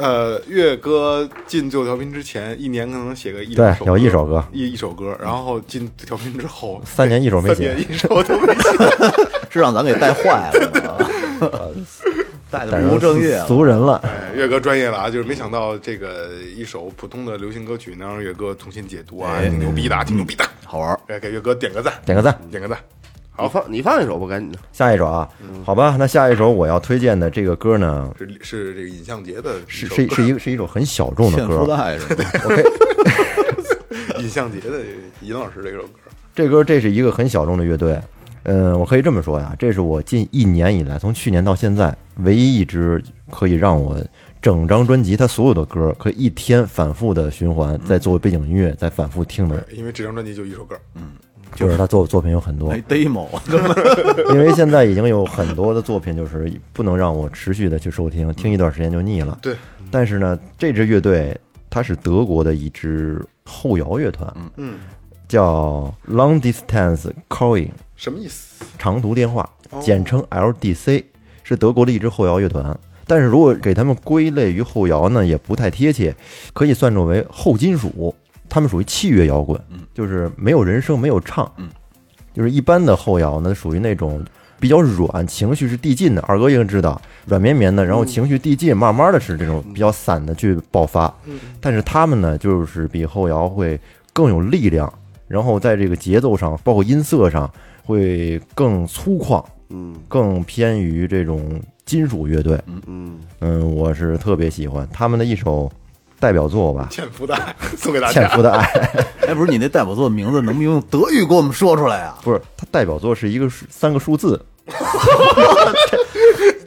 C: 呃，月哥进最后调频之前，一年可能写个一
D: 对
C: 两首歌，
D: 有一首歌
C: 一一首歌，然后进调频之后，
D: 三年一首没
C: 三
D: 写
C: 年，一首都没写。
F: 是 让咱给带坏了啊， 带的
D: 但是
F: 不务正业了。
D: 俗人了。
C: 哎月哥专业了啊，就是没想到这个一首普通的流行歌曲能让月哥重新解读
D: 哎
C: 啊，挺牛逼的啊，挺牛逼的。
D: 嗯
F: 好玩儿，
C: 来给月哥点个赞，
D: 点个赞，
C: 点个赞。
E: 你
C: 好，
E: 放你放一首吧，赶紧的。
D: 下一首啊，
C: 嗯
D: 好吧，那下一首我要推荐的这个歌呢，
C: 是是这个尹相杰的一
D: 是
C: 首
D: 是是一个是一种很小众的
F: 骗
D: 歌
F: 书，带是吧？
C: 尹相杰的尹老师的一首歌。
D: 这歌这是一个很小众的乐队，嗯，我可以这么说呀，这是我近一年以来，从去年到现在，唯一一支可以让我整张专辑它所有的歌可以一天反复的循环，在作为背景音乐在反复听的，
C: 因为这张专辑就一首歌，
D: 就是他做作品有很多
C: 哎
F: 没，demo，
D: 因为现在已经有很多的作品就是不能让我持续的去收听，听一段时间就腻了。
C: 对，
D: 但是呢，这支乐队它是德国的一支后摇乐团，
C: 嗯，
D: 叫 Long Distance Calling。
C: 什么意思？
D: 长途电话，简称 LDC，是德国的一支后摇乐团。但是如果给他们归类于后摇呢，也不太贴切，可以算作为后金属。他们属于器乐摇滚，就是没有人声，没有唱，就是一般的后摇呢，属于那种比较软，情绪是递进的。二哥应该知道，软绵绵的，然后情绪递进，慢慢的是这种比较散的去爆发。
E: 嗯
D: 但是他们呢，就是比后摇会更有力量，然后在这个节奏上，包括音色上，会更粗犷，
E: 嗯
D: 更偏于这种金属乐队。
E: 嗯，
D: 嗯，我是特别喜欢他们的一首代表作吧，
C: 欠福袋送给大
D: 《
C: 家
D: 纤。夫的 爱》。
F: 哎，不是你那代表作名字能不能用德语给我们说出来啊？
D: 不是，它代表作是一个数三个数字，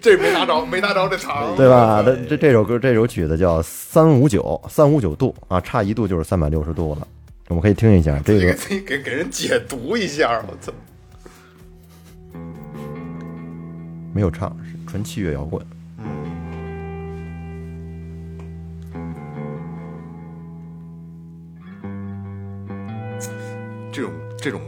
C: 这没拿着，没拿着这场，
D: 哦对吧？那这这首歌这首曲子叫三五九三五九度啊，差一度就是三百六十度了。我们可以听一下这
C: 给
D: 个，
C: 自己 给给人解读一下，我操！
D: 没有唱，是纯器乐摇滚。
C: 这种这种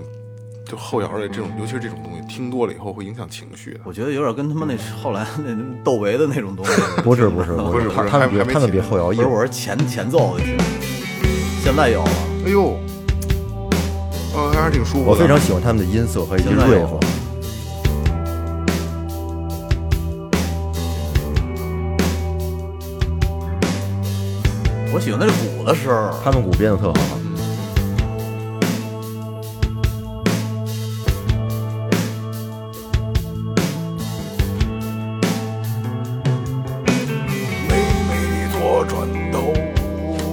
C: 就后摇的这种，尤其是这种东西，听多了以后会影响情绪的。
F: 我觉得有点跟他们那
C: 嗯
F: 后来那窦唯的那种东西。
D: 不是不是
C: 不
D: 不
C: 是不
D: 他
C: 是
D: 他们比
C: 还没
D: 他们比
C: 起
D: 后摇
F: 不
D: 硬
F: 是，。我是前前奏的听，现在有了，
C: 哎呦，呃，还是挺舒服的。
D: 我非常喜欢他们的音色和一些
F: 现在有
D: riff
F: 了。。我喜欢那鼓的声儿，
D: 他们鼓编的特好。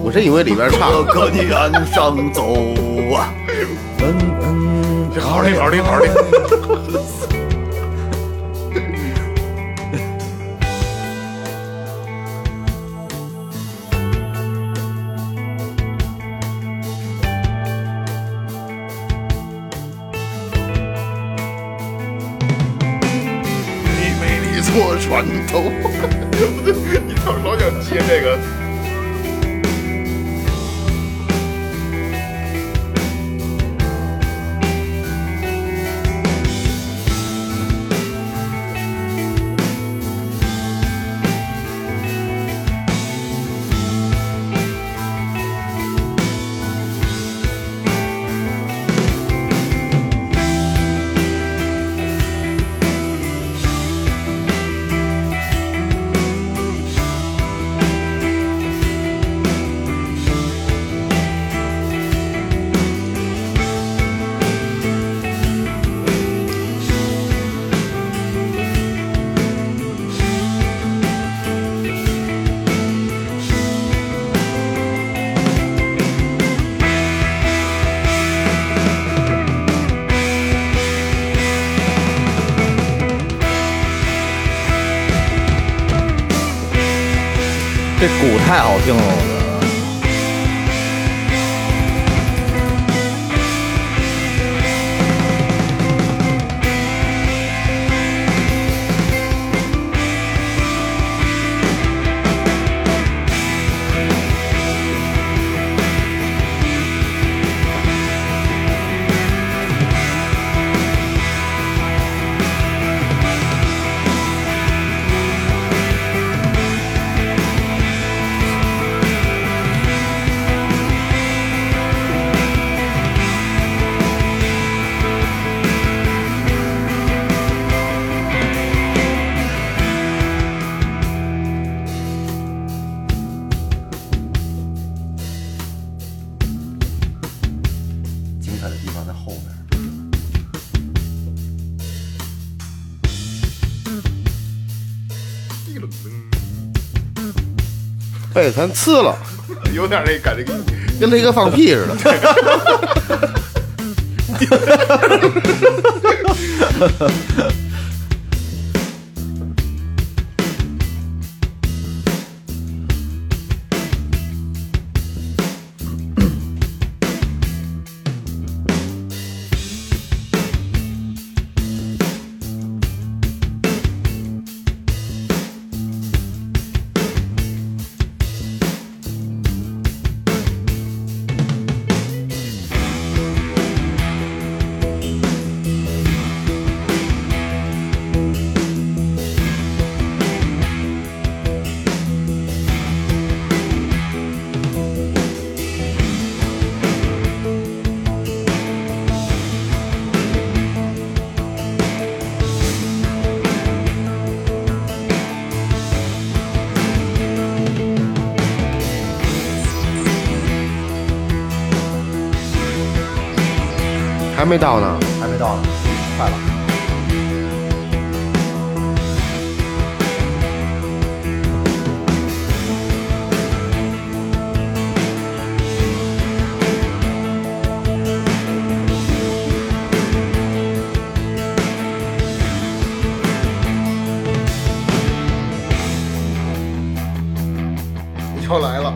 E: 我真以为里边唱
F: 哥哥你岸上走啊！
D: 嗯
C: 好好听，好好听，好好听。
I: 你为你做船头。
C: 你老老想接这个，
K: 这鼓太好听了，我觉得。
D: 精彩的地方在后面。
E: 被哎咱刺了，
C: 有点那感觉跟
E: 跟雷哥放屁 似的。还没到呢，
D: 还没到呢，快了。
C: 要来了。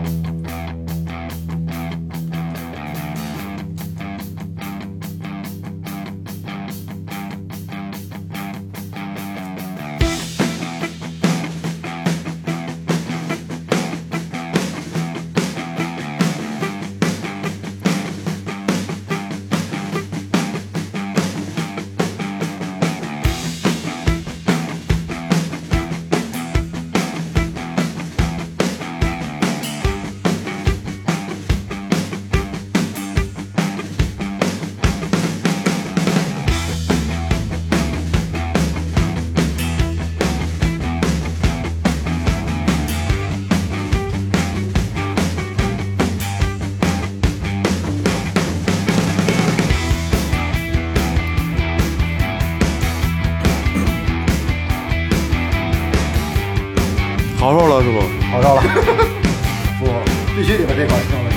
E: 好受了是不？
D: 好到 了，不，必须得把这款听了。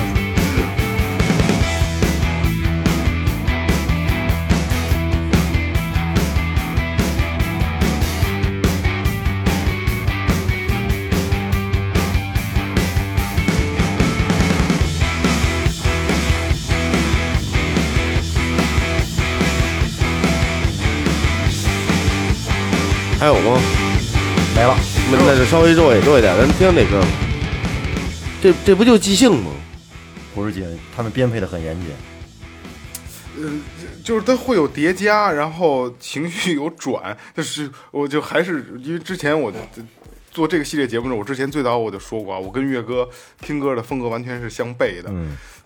E: 还有吗？
D: 没了，
E: 那那就稍微弱一弱一点，咱听这歌吧。这这不就即兴吗？
D: 不是姐，他们编配的很严谨。
C: 呃就是它会有叠加，然后情绪有转，就是我就还是因为之前我做这个系列节目的时候，我之前最早我就说过啊，我跟岳哥听歌的风格完全是相悖的。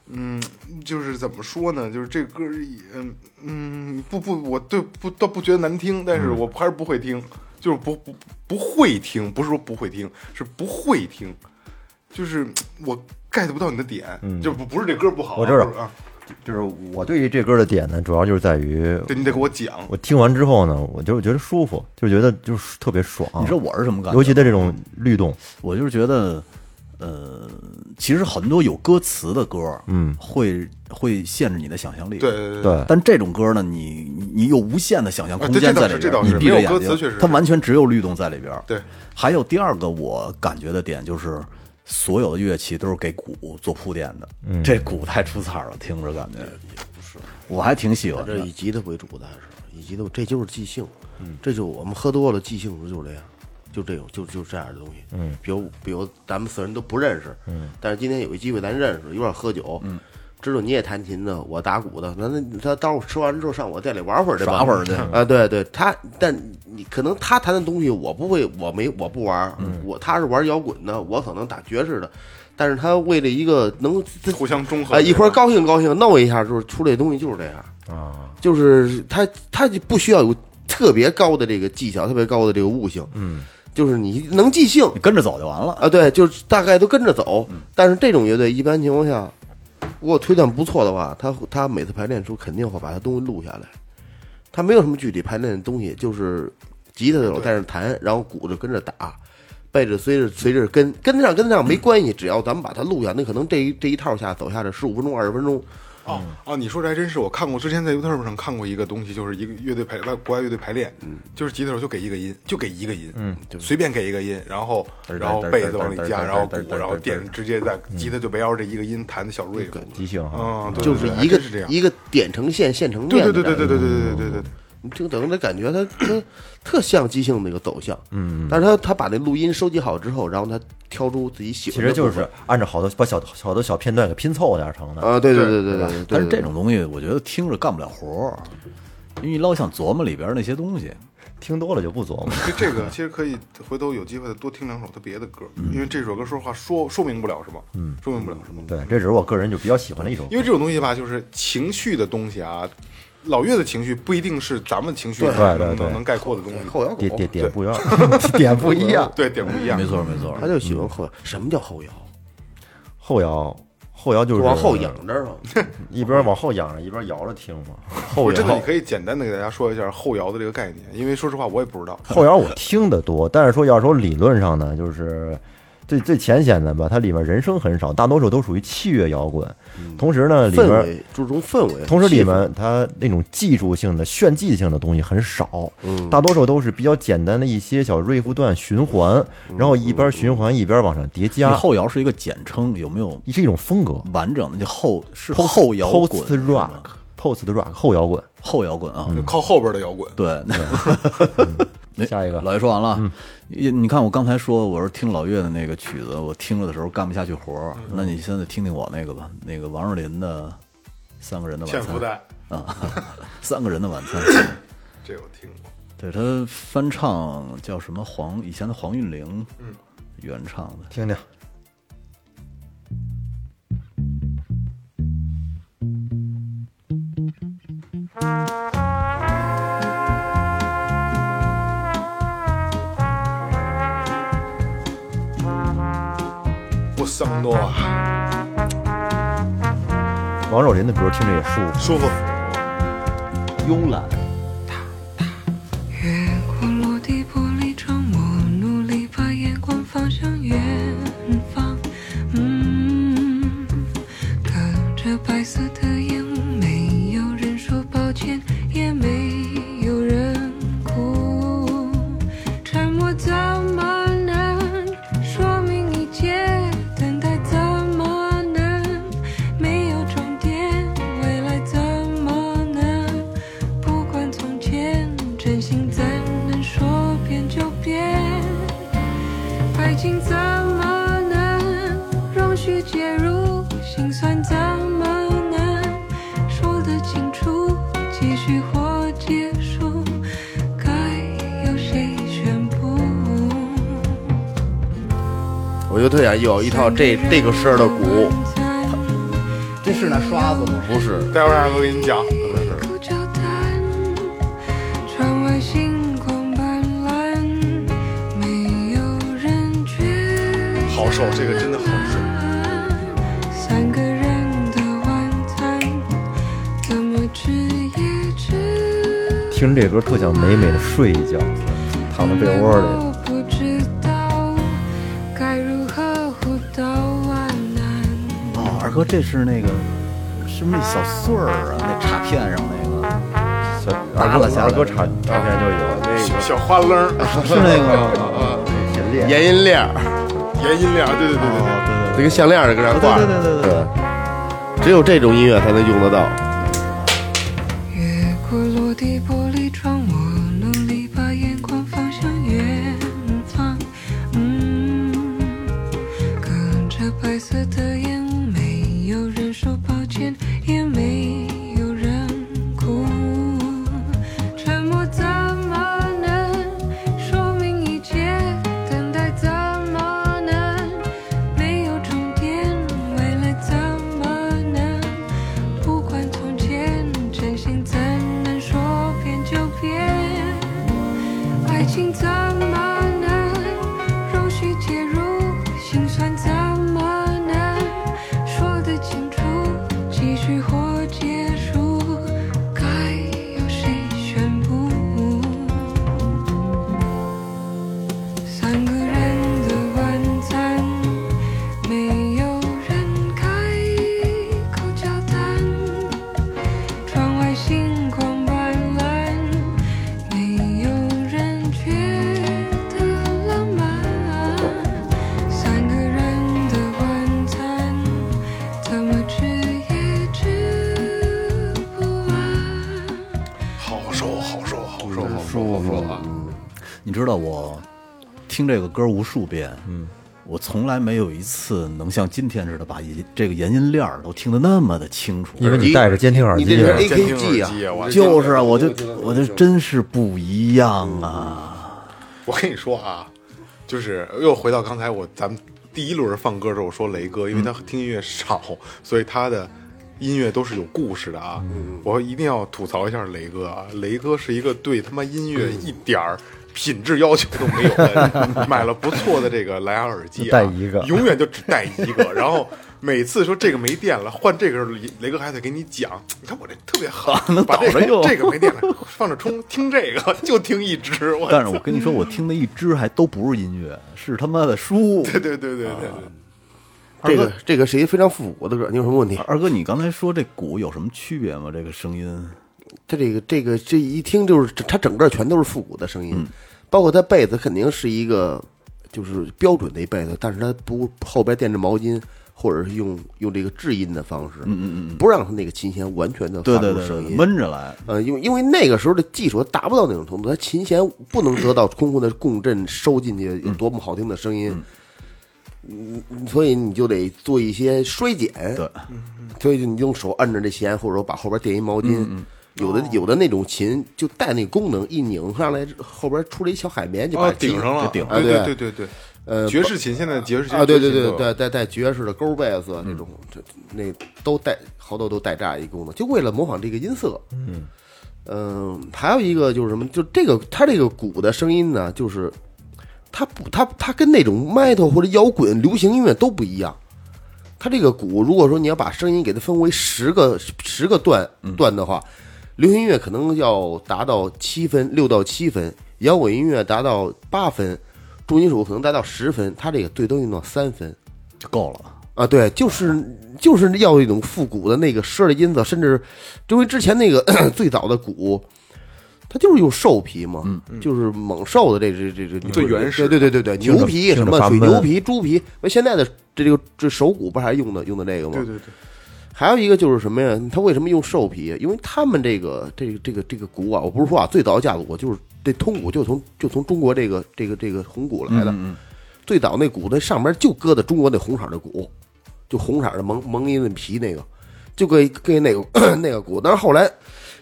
C: 嗯就是怎么说呢？就是这歌儿也，嗯嗯，不不，我对不倒不觉得难听，但是
D: 嗯
C: 我还是不会听，就是不不不会听，不是说不会听，是不会听，就是我 get 不到你的点，就不不是这歌不好啊，
D: 嗯我知道
C: 不是啊，
D: 就是我对于这歌的点呢，主要就是在于
C: 对你得给我讲，
D: 我听完之后呢，我就是觉得舒服，就觉得就是特别爽。
F: 你知道我是什么感觉？
D: 尤其在这种律动，
F: 我就是觉得，呃，其实很多有歌词的歌，嗯，会会限制你的想象力。
C: 对。对对。
D: 对，
F: 但这种歌呢，你你你有无限的想象空
C: 啊对这
F: 间
C: 倒
F: 在
C: 是
F: 里
C: 这
F: 边，
C: 倒
F: 你
C: 是
F: 闭着
C: 没有歌
F: 眼
C: 词确实
F: 睛
C: 是，
F: 它完全只有律动在里边。
C: 对，
F: 还有第二个我感觉的点就是，所有的乐器都是给鼓做铺垫的，
D: 嗯
F: 这鼓太出彩了，听着感觉。我还挺喜欢
E: 这
F: 的。嗯
E: 以吉他为主的还是以吉他，这就是即兴，这就我们喝多了即兴时候就是这样，就这种就就这样的东西，
D: 嗯
E: 比如比如咱们四人都不认识，
D: 嗯，
E: 但是今天有一机会咱认识，一块儿喝酒，嗯，知道你也弹琴的，我打鼓的，那那他到时候吃完之后上我店里玩会儿去吧，
F: 耍会 儿去
E: 啊，对对，他但你可能他弹的东西我不会，我没我不玩
F: 嗯
E: 儿，我他是玩摇滚的，我可能打爵士的。但是他为了一个能
C: 互相中和
E: 啊，一会儿高兴高兴，弄一下就是出这东西就是这样，
D: 啊，
E: 就是他他就不需要有特别高的这个技巧，特别高的这个悟性，
D: 嗯，
E: 就是你能即兴
F: 你跟着走就完了。嗯
E: 啊，对，就是大概都跟着走。但是这种乐队一般情况下，如果推断不错的话，他他每次排练时候肯定会把他东西录下来，他没有什么具体排练的东西，就是吉他手在那弹，然后鼓着跟着打。背着随着随着跟跟得上跟得
C: 嗯
E: 上没关系，只要咱们把它录下，那可能这一这一套下走下来十五分钟二十分钟，
C: 哦哦，你说这还真是，我看过，之前在 YouTube 上看过一个东西，就是一个乐队排外国外乐队排练，就是吉他手就给一个音，就给一个音，嗯，随便给一个音，然后然后贝斯往里加，然后鼓，然后电直接在吉他就围绕着嗯一个音弹的小 riff，
D: 即兴哈，
C: 嗯，对对
E: 就是
C: 对还
E: 一个
C: 真是这样，
E: 一个点成线，线成
C: 对
E: 面
C: 对对
E: 的感觉。
C: 对对对对对对对对，
E: 你听等于他感觉他他特像即兴那个走向，
D: 嗯，
E: 但是他他把那录音收集好之后，然后他挑出自己喜
D: 其
E: 欢
D: 实
E: 的部
D: 就
E: 分，
D: 是按照好多把小好多小片段给拼凑点儿成的。
E: 啊，对对对对对对，
F: 但是
E: 对
F: 这种东西，我觉得听着干不了活儿，因为你老想琢磨里边那些东西。
D: 听多了就不琢磨。
C: 就这个其实可以回头有机会多听两首他别的歌，因为这首歌说实话说说明不了什么，嗯，说明不了什么。
D: 对，这只是我个人就比较喜欢的一首歌
C: 因。为这种东西吧，就是情绪的东西啊，老岳的情绪不一定是咱们情绪
D: 对对
C: 能
D: 对
C: 能能概括的东西，
E: 后摇狗
D: 点，点点不一样， 点不一 样。
C: 对点不一样，
F: 没错没错
E: 他，就喜欢后摇。什么叫后摇？
D: 后摇，后 摇就是
E: 往后仰，着是吧？
D: 一边往后仰着，一边摇着听嘛。后
C: 我真的，
D: 摇
C: 你，可以简单的给大家说一下后摇的这个概念，因为说实话我也不知道。
D: 后摇我听得多，但是说要说理论上呢，就是最最浅显的吧，它里面人声很少，大多数都属于器乐摇滚。同时呢，嗯里
E: 氛
D: 面
E: 围注重氛围，
D: 同时里
E: 气氛
D: 面它那种技术性的、炫技性的东西很少，
F: 嗯
D: 大多数都是比较简单的一些小瑞夫段循环，然后一边循环一边往上叠
F: 因为
D: 加，
F: 后摇是嗯一个简称，有没有
D: 是一种风格。
F: 完整的？就后是后摇滚
D: post
F: 是吗
D: rock post rock 后摇滚，
F: 后摇滚啊，
C: 就靠后边的摇滚，
F: 对。 哎
D: 下一个嗯
F: 老岳说完了，你你看我刚才说我是听老岳的那个曲子，我听着的时候干不下去活儿。那你现在听听我那个吧，那个王若琳的《三个人的晚
C: 欠
F: 餐
C: 福》袋，
F: 啊， 《三个人的晚餐》
C: 这我听过。
F: 对他翻唱叫什么黄以前的黄韵玲，嗯，原唱的。
D: 听听。
C: Bossa Nova，
D: 王若琳的歌听着也舒服，
C: 舒服。
F: 慵懒，
L: 越过落地玻璃窗，我努力把眼光放向远方。嗯，隔着白色的烟雾，没有人说抱歉，也没有人哭。沉默怎么能说明一切？等待怎么能没有终点？未来怎么能？不管从前，真心怎能说变就变？爱情怎么能容许介入？心酸怎么能说得清楚？继续或结束，该由谁宣布？
E: 我就特想有一套这这个声儿的鼓，
L: 这是拿刷子吗？
E: 不是
C: 待会儿让我给你讲，
L: 不交谈，窗外星光斑斓，没有人觉得
C: 好受，这个真的好受。
L: 三个人的晚餐，怎么吃也吃
D: 听着这歌特想美美的睡一觉，躺在被窝
C: 嗯
D: 里。
L: 我不知道该如何互道晚安。
F: 哦，二哥，这是那个是不是那小穗儿啊？那插片上那个
D: 小
F: 扒
D: 二
F: 拉
D: 哥
F: 下来
D: 二哥插照片就有
C: 哎小花楞儿，
F: 是那个吗？
E: 延音链儿，
C: 原音量， 对对对对对
E: 这跟项链儿搁那挂着，哦对对对只有这种音乐才能用得到。
L: 越过落地玻璃窗，我努力把眼光放向远方。嗯，隔着白色的烟雾，没有人说抱歉，也没有人哭。沉默怎么能说明一切？等待怎么能没有终点？未来怎么能？不管从前，真心怎能说变就变？爱情怎么能容许介入？心酸怎么能说得清楚？继续或结束，该由谁宣布？三个人的晚餐，没有人开口交谈。窗外星光斑斓，没有人觉得浪漫。三个人的晚餐，怎么吃也吃不完。
C: 好瘦，好瘦，好瘦，好瘦，
F: 舒
C: 好瘦啊！
F: 嗯你知道我听这个歌无数遍，嗯，我从来没有一次能像今天似的把一这个原音链儿都听得那么的清楚，
D: 因为你戴着监听耳机
E: 你这是
D: 啊，
E: AKG
C: 监听耳机啊
E: 啊
C: 我，
F: 就是啊，我就我就真是不一样啊！
C: 我跟你说啊，就是又回到刚才我咱们第一轮放歌的时候，我说雷哥，因为他
F: 嗯
C: 听音乐少，所以他的音乐都是有故事的啊。
F: 嗯
C: 我一定要吐槽一下雷哥啊，雷哥是一个对他妈音乐
F: 嗯
C: 一点儿。品质要求都没有 的，买了不错的这个蓝牙耳机、啊，
D: 戴一个
C: 永远就只带一个，然后每次说这个没电了，换这个时候雷雷哥还得给你讲，你看我这特别好，把这
F: 啊倒着
C: 个
F: 用
C: 这个没电了，放着充，听这个 就听一支，我
F: 但是我跟你说，我听的一支还都不是音乐，是他妈的书。
C: 对对对对对对，
E: 这个这个是一个非常复古的歌，你有什么问题？
F: 二哥，你刚才说这鼓有什么区别吗？这个声音，
E: 它这个这个这一听就是它整个全都是复古的声音，
F: 嗯
E: 包括它被子肯定是一个就是标准的一被子，但是它不后边垫着毛巾，或者是用用这个制音的方式，嗯嗯嗯，不让它那个琴弦完全的
F: 对
E: 发
F: 对
E: 出
F: 对
E: 声
F: 对，
E: 音。
F: 闷着来，
E: 呃，因为因为那个时候的技术达不到那种程度，它琴弦不能得到充分的共振收进去，有多么好听的声音，嗯，所以你就得做一些衰减，
F: 对，
E: 所以你用手按着这弦，或者说把后边垫一毛
D: 嗯
E: 巾。
F: 嗯
E: 有
C: 哦
E: 的有的那种琴就带那个功能，一拧上来后边出来一小海绵，就把
C: 啊，
E: 琴
C: 顶上了，
F: 顶
E: 啊
C: 对
E: 对
C: 对对对，
E: 呃
C: 爵士琴现在爵士琴
E: 啊，对
C: 爵士
E: 对对，
C: 琴都有嗯
E: 带带带爵士的勾贝斯这种，这那都带好多都带这样一功能，就为了模仿这个音色。嗯还有一个就是什么，就这个它这个鼓的声音呢，就是它不它它跟那种 metal 或者摇滚、流行音乐都不一样。它这个鼓，如果说你要把声音给它分为十个十个段段的话，流行音乐可能要达到七分，六到七分；摇滚音乐达到八分，重金属可能达到十分，它这个最多用到三分
F: 就够了。
E: 啊。对，就是就是要一种复古的那个奢的音色，甚至因为之前那个 最早的鼓。它就是用兽皮嘛，
D: 嗯
E: 就是猛兽的这这这这
C: 嗯最原始
E: 对对对对对，
D: 听着
E: 牛皮什
D: 听着
E: 么
D: 发
E: 水
D: 闷
E: 牛皮、猪皮，那现在的这这个这手鼓不还用的用的这个吗？
C: 对对对，
E: 还有一个就是什么呀？他为什么用兽皮？因为他们这个这个这个这个鼓啊，我不是说啊，最早的架子鼓就是这通鼓，就从就从中国这个这个这个红鼓来的。
F: 嗯
E: 最早那鼓，它上面就搁的中国那红色的鼓，就红色的蒙蒙一那皮那个，就搁一搁一那个 那个鼓。但是后来，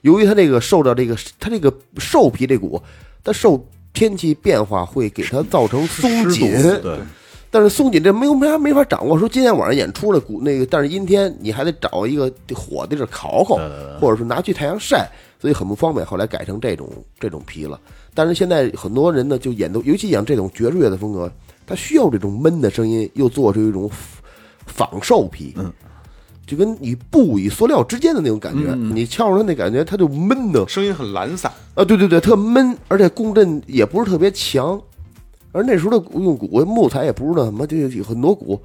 E: 由于它这个受到这个它这个兽皮这鼓，它受天气变化会给它造成松
F: 湿度
E: 紧，
F: 对，
E: 但是松紧这没有没法没法掌握，说今天晚上演出了鼓那个，但是阴天你还得找一个火地儿烤烤，或者是拿去太阳晒，所以很不方便。后来改成这种这种皮了。但是现在很多人呢，就演奏，尤其演这种爵士乐的风格，他需要这种闷的声音，又做出一种仿兽皮，嗯，就跟你布与塑料之间的那种感觉，你敲上它那感觉，它就闷的，
C: 嗯声音很懒散，
E: 啊，对对对，特闷，而且共振也不是特别强。而那时候的鼓用鼓，木材也不是那什么，就有很多鼓。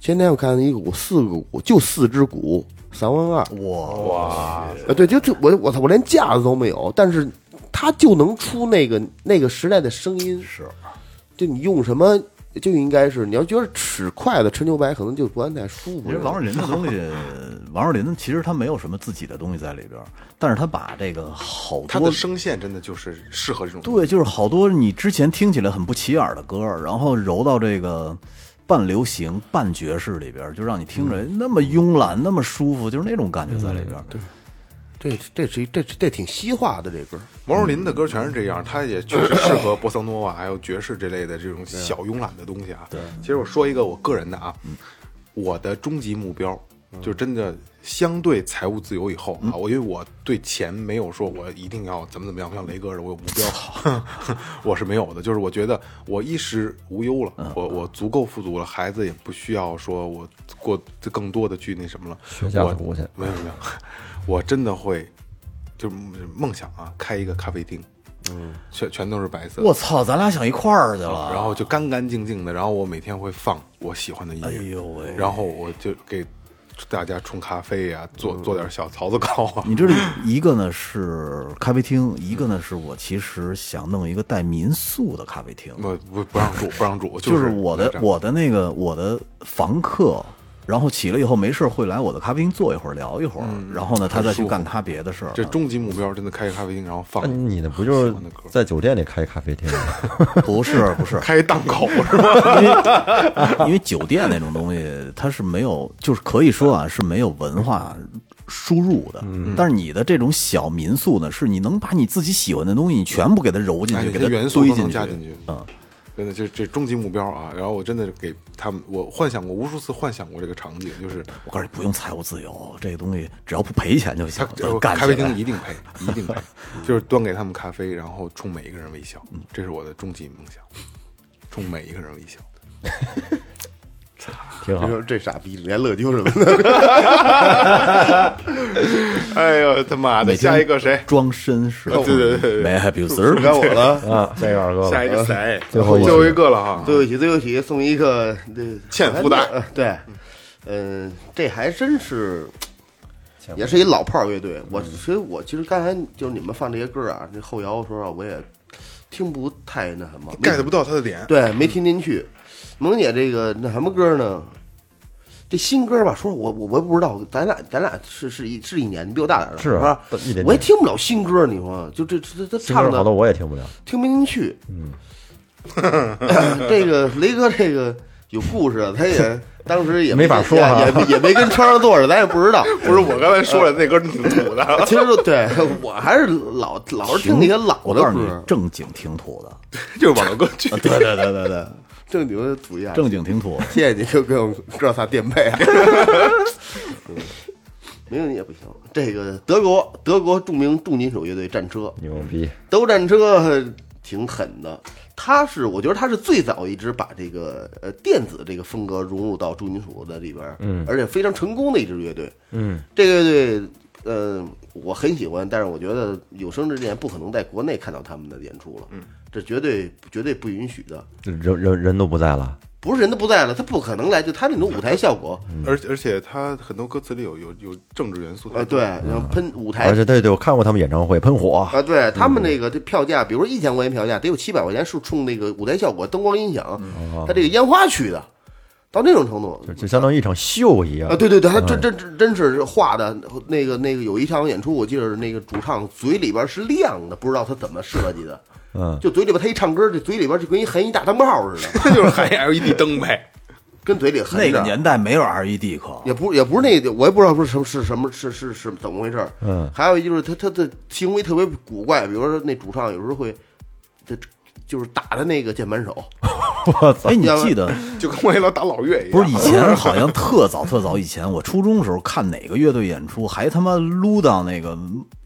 E: 前天我看一个鼓，四个鼓，就四只鼓，三万二。
F: 哇，
E: 啊，对，就就我我操，我连架子都没有，但是它就能出那个那个时代的声音。是，就你用什么就应该是你要觉得吃筷子吃牛排可能就不太舒服。
F: 其实王若琳 的东西，王若琳其实她没有什么自己的东西在里边儿，但是她把这个好多
C: 他的声线真的就是适合这种。
F: 对，就是好多你之前听起来很不起眼儿的歌儿，然后揉到这个半流行、半爵士里边儿，就让你听
E: 嗯
F: 着那么慵懒、那么舒服，就是那种感觉在里边儿。
E: 这这是这这挺西化的这歌。
C: 王若琳的歌全是这样，她也确实适合波桑
D: 嗯
C: 诺瓦还有爵士这类的这种小慵懒的东西啊。对，其实我说一个我个人的啊，
D: 嗯
C: 我的终极目标就真的相对财务自由以后
D: 嗯
C: 啊，我因为我对钱没有说我一定要怎么怎么样，像雷哥似的我有目标， 我是没有的。就是我觉得我衣食无忧了，
D: 嗯
C: 我我足够富足了，孩子也不需要说我过更多的去那什么了。
D: 学架子鼓去
C: 我没有没 有，我真的会就是梦想啊，开一个咖啡厅，嗯，全全都是白色的。
F: 我操，咱俩想一块儿去了。
C: 然后就干干净净的，然后我每天会放我喜欢的音乐，
F: 哎呦喂
C: 然后我就给大家冲咖啡呀、做做点小槽子糕啊，
F: 嗯你知道，一个呢是咖啡厅，一个呢是我其实想弄一个带民宿的咖啡厅，
C: 我 不不让住，不让住，
F: 就是是我的我的那个我的房客，然后起了以后没事儿会来我的咖啡厅坐一会儿聊一会儿，
C: 嗯
F: 然后呢他再去干他别的事儿。啊
C: 这终极目标真的开个咖啡厅，然后放
D: 那你的不就是
C: 喜欢的歌
D: 在酒店里开咖 啡厅吗？
F: 不是不是，
C: 开档 口是吧？
F: 因为因为酒店那种东西，它是没有，就是可以说啊是没有文化输入的。
C: 嗯
F: 但是你的这种小民宿呢，是你能把你自己喜欢的东西，你全部给它揉进
C: 哎，
F: 去，
C: 你
F: 给
C: 这
F: 它
C: 元素
F: 堆
C: 都
F: 进
C: 能
F: 去
C: 加进去，
F: 啊。
C: 真的，这这终极目标啊！然后我真的给他们，我幻想过无数次，幻想过这个场景，就是
F: 我告诉你，不用财务自由，这个东西只要不赔钱就行
C: 他。
F: 就干
C: 咖啡
F: 起来
C: 厅一定 赔，一定赔，就是端给他们咖啡，然后冲每一个人微笑，这是我的终极梦想，冲每一个人微 笑。
D: 挺好
E: 你。说这傻逼连乐丢什么的，
C: 哎呦他妈的，
F: 每天
C: 下一个谁？
F: 装绅士，
E: 啊
C: 对对对对
F: ，May I help you, sir？
E: 该我了。
D: 啊， 下一个二哥吧，
C: 下一个谁？
D: 最后一个啊
C: 最后一个了哈。
E: 最后一题，最后一题送一个这
C: 欠福袋
E: 呃对，嗯、这还真是，也是一老炮儿乐队。我所以，我其实刚才就是你们放这些歌啊，这后摇的时候啊，我也听不太那什么没
C: get 不到他的点，
E: 对，没听进去。萌姐这个那什么歌呢？这新歌吧，说我我我也不知道，咱俩咱俩是是一是一年，你比我大点儿的，
D: 是
E: 是吧
D: 啊一点点
E: 我也听不了新歌，你说就这这这
D: 新歌
E: 唱
D: 好
E: 的
D: 多我也听不了，
E: 听不进去。嗯， 这个雷哥这个有故事啊，他也当时也
D: 没法说啊
E: 也也也没跟车上坐着，咱也不知道。
C: 不是我刚才说了，那歌挺土的。
E: 其实就对 我还是老老是听那些老
F: 我
E: 的
F: 告诉你
E: 歌，，
F: 正经挺土的，啊
C: 就是网络歌曲。
F: 对对对对对，
E: 正经的土啊样。
F: 正经挺土。
E: 谢谢你就给我们这仨垫背啊。 没有你也不行。这个德国德国著名重金属乐队战车，
D: 牛逼！
E: 德国战车呃挺狠的。他是，我觉得他是最早一直把这个呃电子这个风格融入到重金属的里边儿，嗯，而且非常成功的一支乐队，嗯，这个乐队，呃，我很喜欢，但是我觉得有生之年不可能在国内看到他们的演出了，嗯，这绝对绝对不允许的，
D: 人人人都不在了，
E: 不是人都不在了，他不可能来，就他那种舞台效果，
D: 嗯
C: 而而且他很多歌词里有有有政治元素。
E: 呃，对，然后喷舞台
D: 嗯而且对嗯对，我看过他们演唱会，喷火，
E: 啊，对他们那个这票价，比如说一千块钱票价，得有七百块钱是冲那个舞台效果、灯光音响，
D: 嗯
C: 嗯
E: 他这个烟花去的，到那种程度
D: 哦就就相当于一场秀一样嗯
E: 啊，。对对对，他真真真真是画的，那个那个有一场演出，我记得那个主唱嘴里边是亮的，不知道他怎么设计的，
D: 嗯，
E: 就嘴里边他一唱歌，这嘴里边就跟一含一大灯泡似的，
C: 就是 含 LED 灯呗。
E: 跟嘴里含着
F: 那个年代没有 LED 可，
E: 也不也不是那个，我也不知道是什么是什么是是是怎么回事儿。
D: 嗯
E: 还有一就是他他的行为特别古怪，比如说那主唱有时候会，这就是打他那个键盘手，
D: 我操
F: 哎，！你
E: 要不
F: 记得
C: 就跟我也老打老岳一样。
F: 不是以前好像 特早特早以前，我初中时候看哪个乐队演出，还他妈撸到那个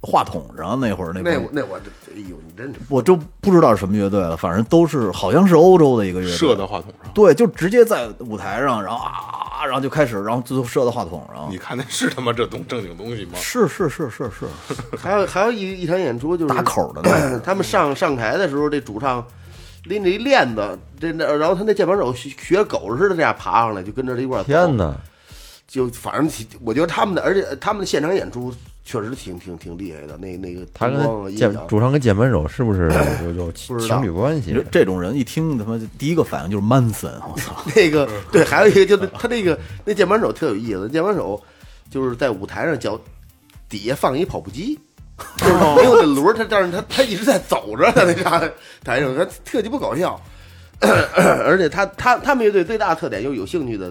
F: 话筒上，那会儿那
E: 那
F: 个
E: 我那我这哎呦，你真是
F: 我就不知道是什么乐队了，反正都是好像是欧洲的一个乐队，
C: 射到话筒上，
F: 对，就直接在舞台上，然后啊，然后就开始，然后最后射到话筒上
C: 你，看那是他妈这东正经东西吗？
F: 是是是是是，
E: 还有还有一一场演出就是
F: 打口的 那个
E: 他们上上台的时候，这主唱拎着一链子，这那然后他那键盘手学学狗似的这样爬上来，就跟着一块儿走
D: 天哪，
E: 就反正挺我觉得他们的，而且他们的现场演出确实挺挺挺厉害的。那那个
D: 他
E: 灯光啊
D: 跟
E: 音
D: 键
E: 响
D: 主唱跟键盘手是不 是有有
E: 不知道
D: 情侣关系
F: 你说？这种人一听他妈第一个反应就是 Manson，我操！
E: 那个对，还有一个就是他那个那键盘手特有意思，键盘手就是在舞台上脚底下放一跑步机，就是没有那轮儿，他但是他他一直在走着，在那啥台上，他特鸡巴搞笑。 而且他他他们乐队最大的特点就是有兴趣的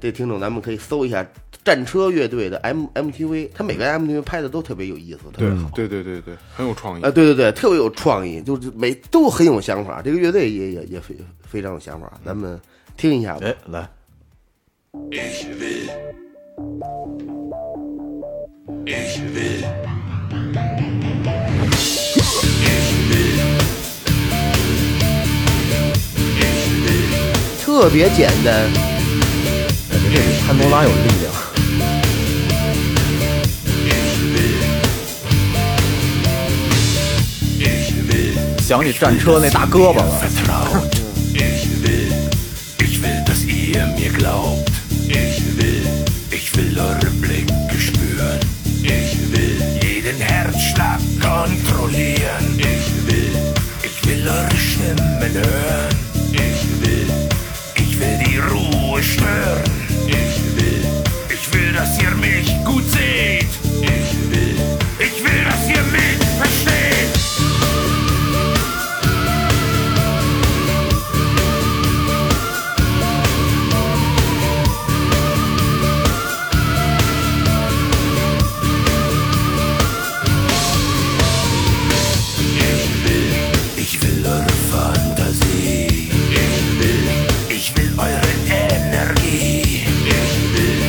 E: 这听众，咱们可以搜一下战车乐队的 M MTV，他每个 MTV 拍的都特别有意思，特别
C: 对
E: 好。
F: 嗯
C: 对对对对，很有创意
E: 啊，。对对对，特别有创意，就是每都很有想法。这个乐队也也也非非常有想法，咱们听一下吧。
F: 哎，来，
I: Ich will. Ich will.
E: 特别简单。
D: 感哎觉这比潘多拉有力量。
F: 想起战车那大胳膊了，
I: Ich will. Ich will, dass ihr mir glaubt. Ich will. Ich will eure Blicke spüren. Ich will jeden Herzschlag kontrollieren. Ich will. Ich will eure Stimmen hören. Ich will. Ich will die Ruhe stören. Ich will. Ich will, dass ihr mich gut seht. Ich will. Ich will, dass ihr mich versteht. Ich will eure Fantasie. Ich will, ich will eure Energie. Ich will,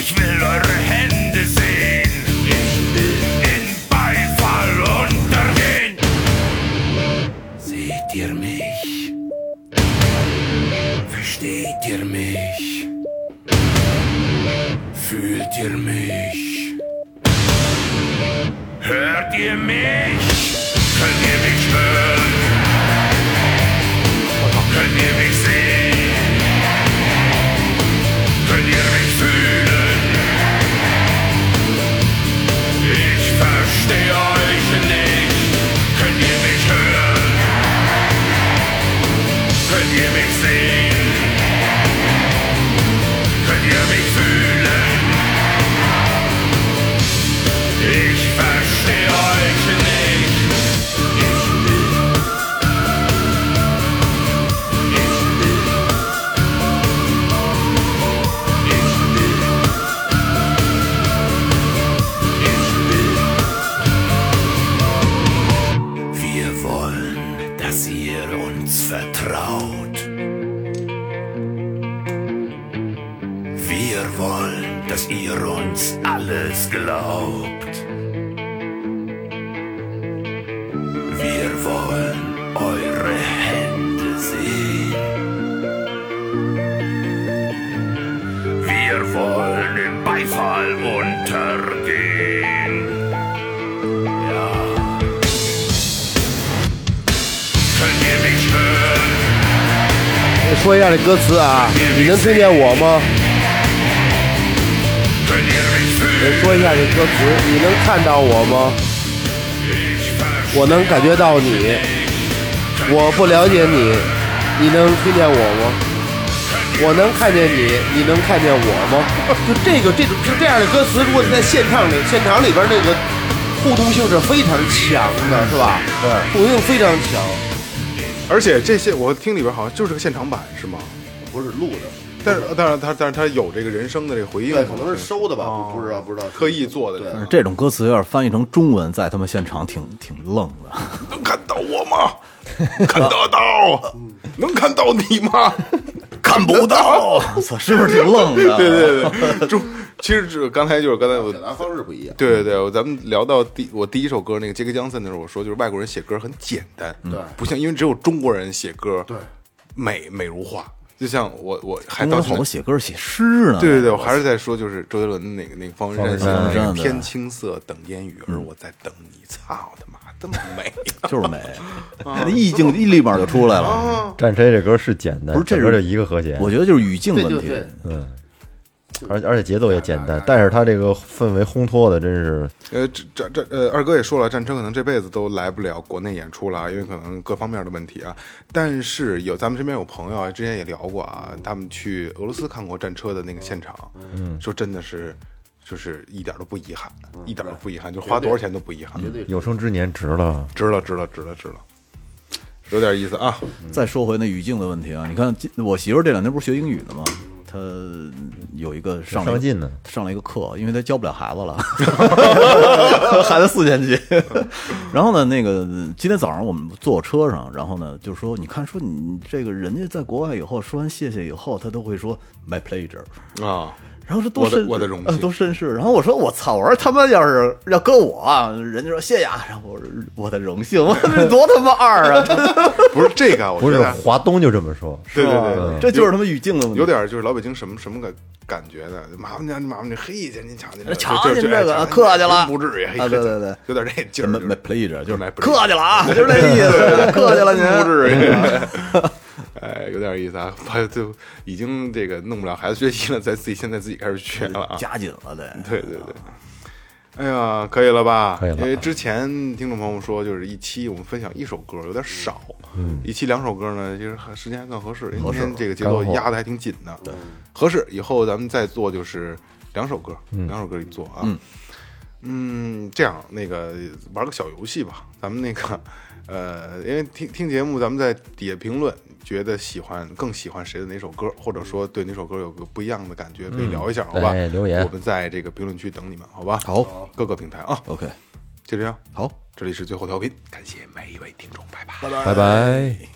I: ich will eure Hände sehen. Ich will in Beifall untergehen. Seht ihr mich? Versteht ihr mich? Fühlt ihr mich? Hört ihr mich? Könnt ihr mich hören? Könnt ihr mich sehen? Könnt ihr mich fühlen? Ich verstehe euch nicht. Könnt ihr mich hören? Könnt ihr mich sehen? Könnt ihr mich fühlen? Ich verstehe euch nicht. Ich will. Ich will. Ich will. Ich will. Wir wollen, dass ihr uns vertraut. Wir wollen, dass ihr uns alles glaubt. Wir wollen eure Hände sehen. Wir wollen im Beifall untergehen. Ja. Könnt ihr mich hören?
E: 说一下这歌词啊，你能听见我吗？
I: Könnt ihr mich fühlen?
E: 说一下这歌词，你能看到我吗？我能感觉到你，我不了解你，你能听见我吗？我能看见你，你能看见我吗？就这个这种就这样的歌词，如果你在现场里现场里边那个互动性是非常强的，是吧？对，互动性非常强。
C: 而且这些我听里边好像就是个现场版是吗？
E: 不是录的，
C: 但是但是他但是他有这个人声的这个回应
E: 对，
C: 吗，
E: 可能是收的吧，不知道不知道。
C: 刻意做的
E: 对
C: 这个。
F: 这种歌词要是翻译成中文，在他们现场挺挺愣的。
C: 能看到我吗？看得到，能看到你 吗？看不到。
F: 我操，是不是挺愣
E: 啊
F: 的？
C: 对对对，中其实只刚才就是刚才我
E: 表达方式不一样。
C: 对对对，我咱们聊到第我第一首歌那个杰克·江森的时候，我说就是外国人写歌很简单，
E: 嗯
C: 对，不像因为只有中国人写歌，对，美美如画。就像我我还
F: 中
C: 到
F: 国
C: 现
F: 好
C: 在
F: 多写歌写诗呢。
C: 对对对，我还是在说，就是周杰伦的那个那个方文山写
D: 方
C: 的
D: 文
C: 那
F: 山
C: 个
F: 对
C: 天青色等烟雨，
F: 嗯
C: 而我在等你。操他妈，这么美！
F: 就是 美，
C: 啊
F: 那意境一立马就出来了。
D: 战车这歌是简单，
F: 不是这
D: 整个
F: 是
D: 就一个和弦，
F: 我觉得就是语境
E: 对
F: 问
E: 对
F: 题
E: 对，，
D: 嗯，而而且节奏也简单，但是它这个氛围烘托的真是
C: 呃，这这这呃，二哥也说了，战车可能这辈子都来不了国内演出了啊，因为可能各方面的问题啊。但是有咱们身边有朋友啊，之前也聊过啊，他们去俄罗斯看过战车的那个现场，
D: 嗯
C: 说真的是，就是一点都不遗憾，
F: 嗯
C: 一点都不遗憾，就花多少钱都不遗憾，
D: 有生之年值了。
C: 值了，值了，值了，值了，有点意思啊。
F: 嗯再说回那语境的问题啊，你看今我媳妇儿这两天不是学英语的吗？她有一个上了一个
D: 上进呢，
F: 上了一个课，因为她教不了孩子了，孩子四年级。然后呢，那个今天早上我们坐我车上，然后呢就说，你看说你这个人家在国外以后说完谢谢以后，他都会说 my pleasure。
C: 啊。
F: 然后说都
C: 我的
F: 绅
C: 我的荣幸
F: 呃都绅士。然后我说我操，我说他妈要是要搁我啊，人家说谢谢啊，然后我说我的荣幸，我 这多他妈二啊！
C: 不是这个，我
D: 不
C: 觉
D: 是啊
C: 得
D: 华东就这么说，嗯
C: 对对对对，
F: 这就是他们语境的问题
C: 有点就是老北京什么什么个感觉的，麻烦您，麻烦您，嘿，去您瞧您，
F: 瞧
C: 就
F: 您
C: 就
F: 这个
C: 哎瞧您
F: 客气了
C: 不至于，嘿
F: 啊对对对，
C: 有点这劲儿，
F: 没
C: 就是
F: 没 play 着，就是
C: 来
F: 客气了啊，就是这意 思，客气了您。
C: 不至于。 哎，有点意思啊！怕就已经这个弄不了孩子学习了，在自己现在自己开始学了啊，
F: 加紧了得。
C: 对对对。哎呀，可以了吧？
D: 可以了
C: 因为之前听众朋友说，就是一期我们分享一首歌有点少，
D: 嗯
C: 一期两首歌呢，其实还时间还算合适，因为
D: 合
C: 今
D: 适
C: 天这个节奏
D: 干货
C: 压的还挺紧的，对，合适。以后咱们再做就是两首歌，
D: 嗯
C: 两首歌一做啊。
F: 嗯
C: 嗯，这样那个玩个小游戏吧，咱们那个 呃，因为听听节目，咱们在底下评论，觉得喜欢更喜欢谁的哪首歌，或者说对哪首歌有个不一样的感觉，可以
D: 嗯
C: 聊一下，好吧？
D: 哎留言
C: 我们在这个评论区等你们，好吧？
F: 好，
C: 各个平台啊，
F: OK，
C: 就这样。
F: 好，
C: 这里是最后调频，感谢每一位听众，拜拜。
D: 拜拜。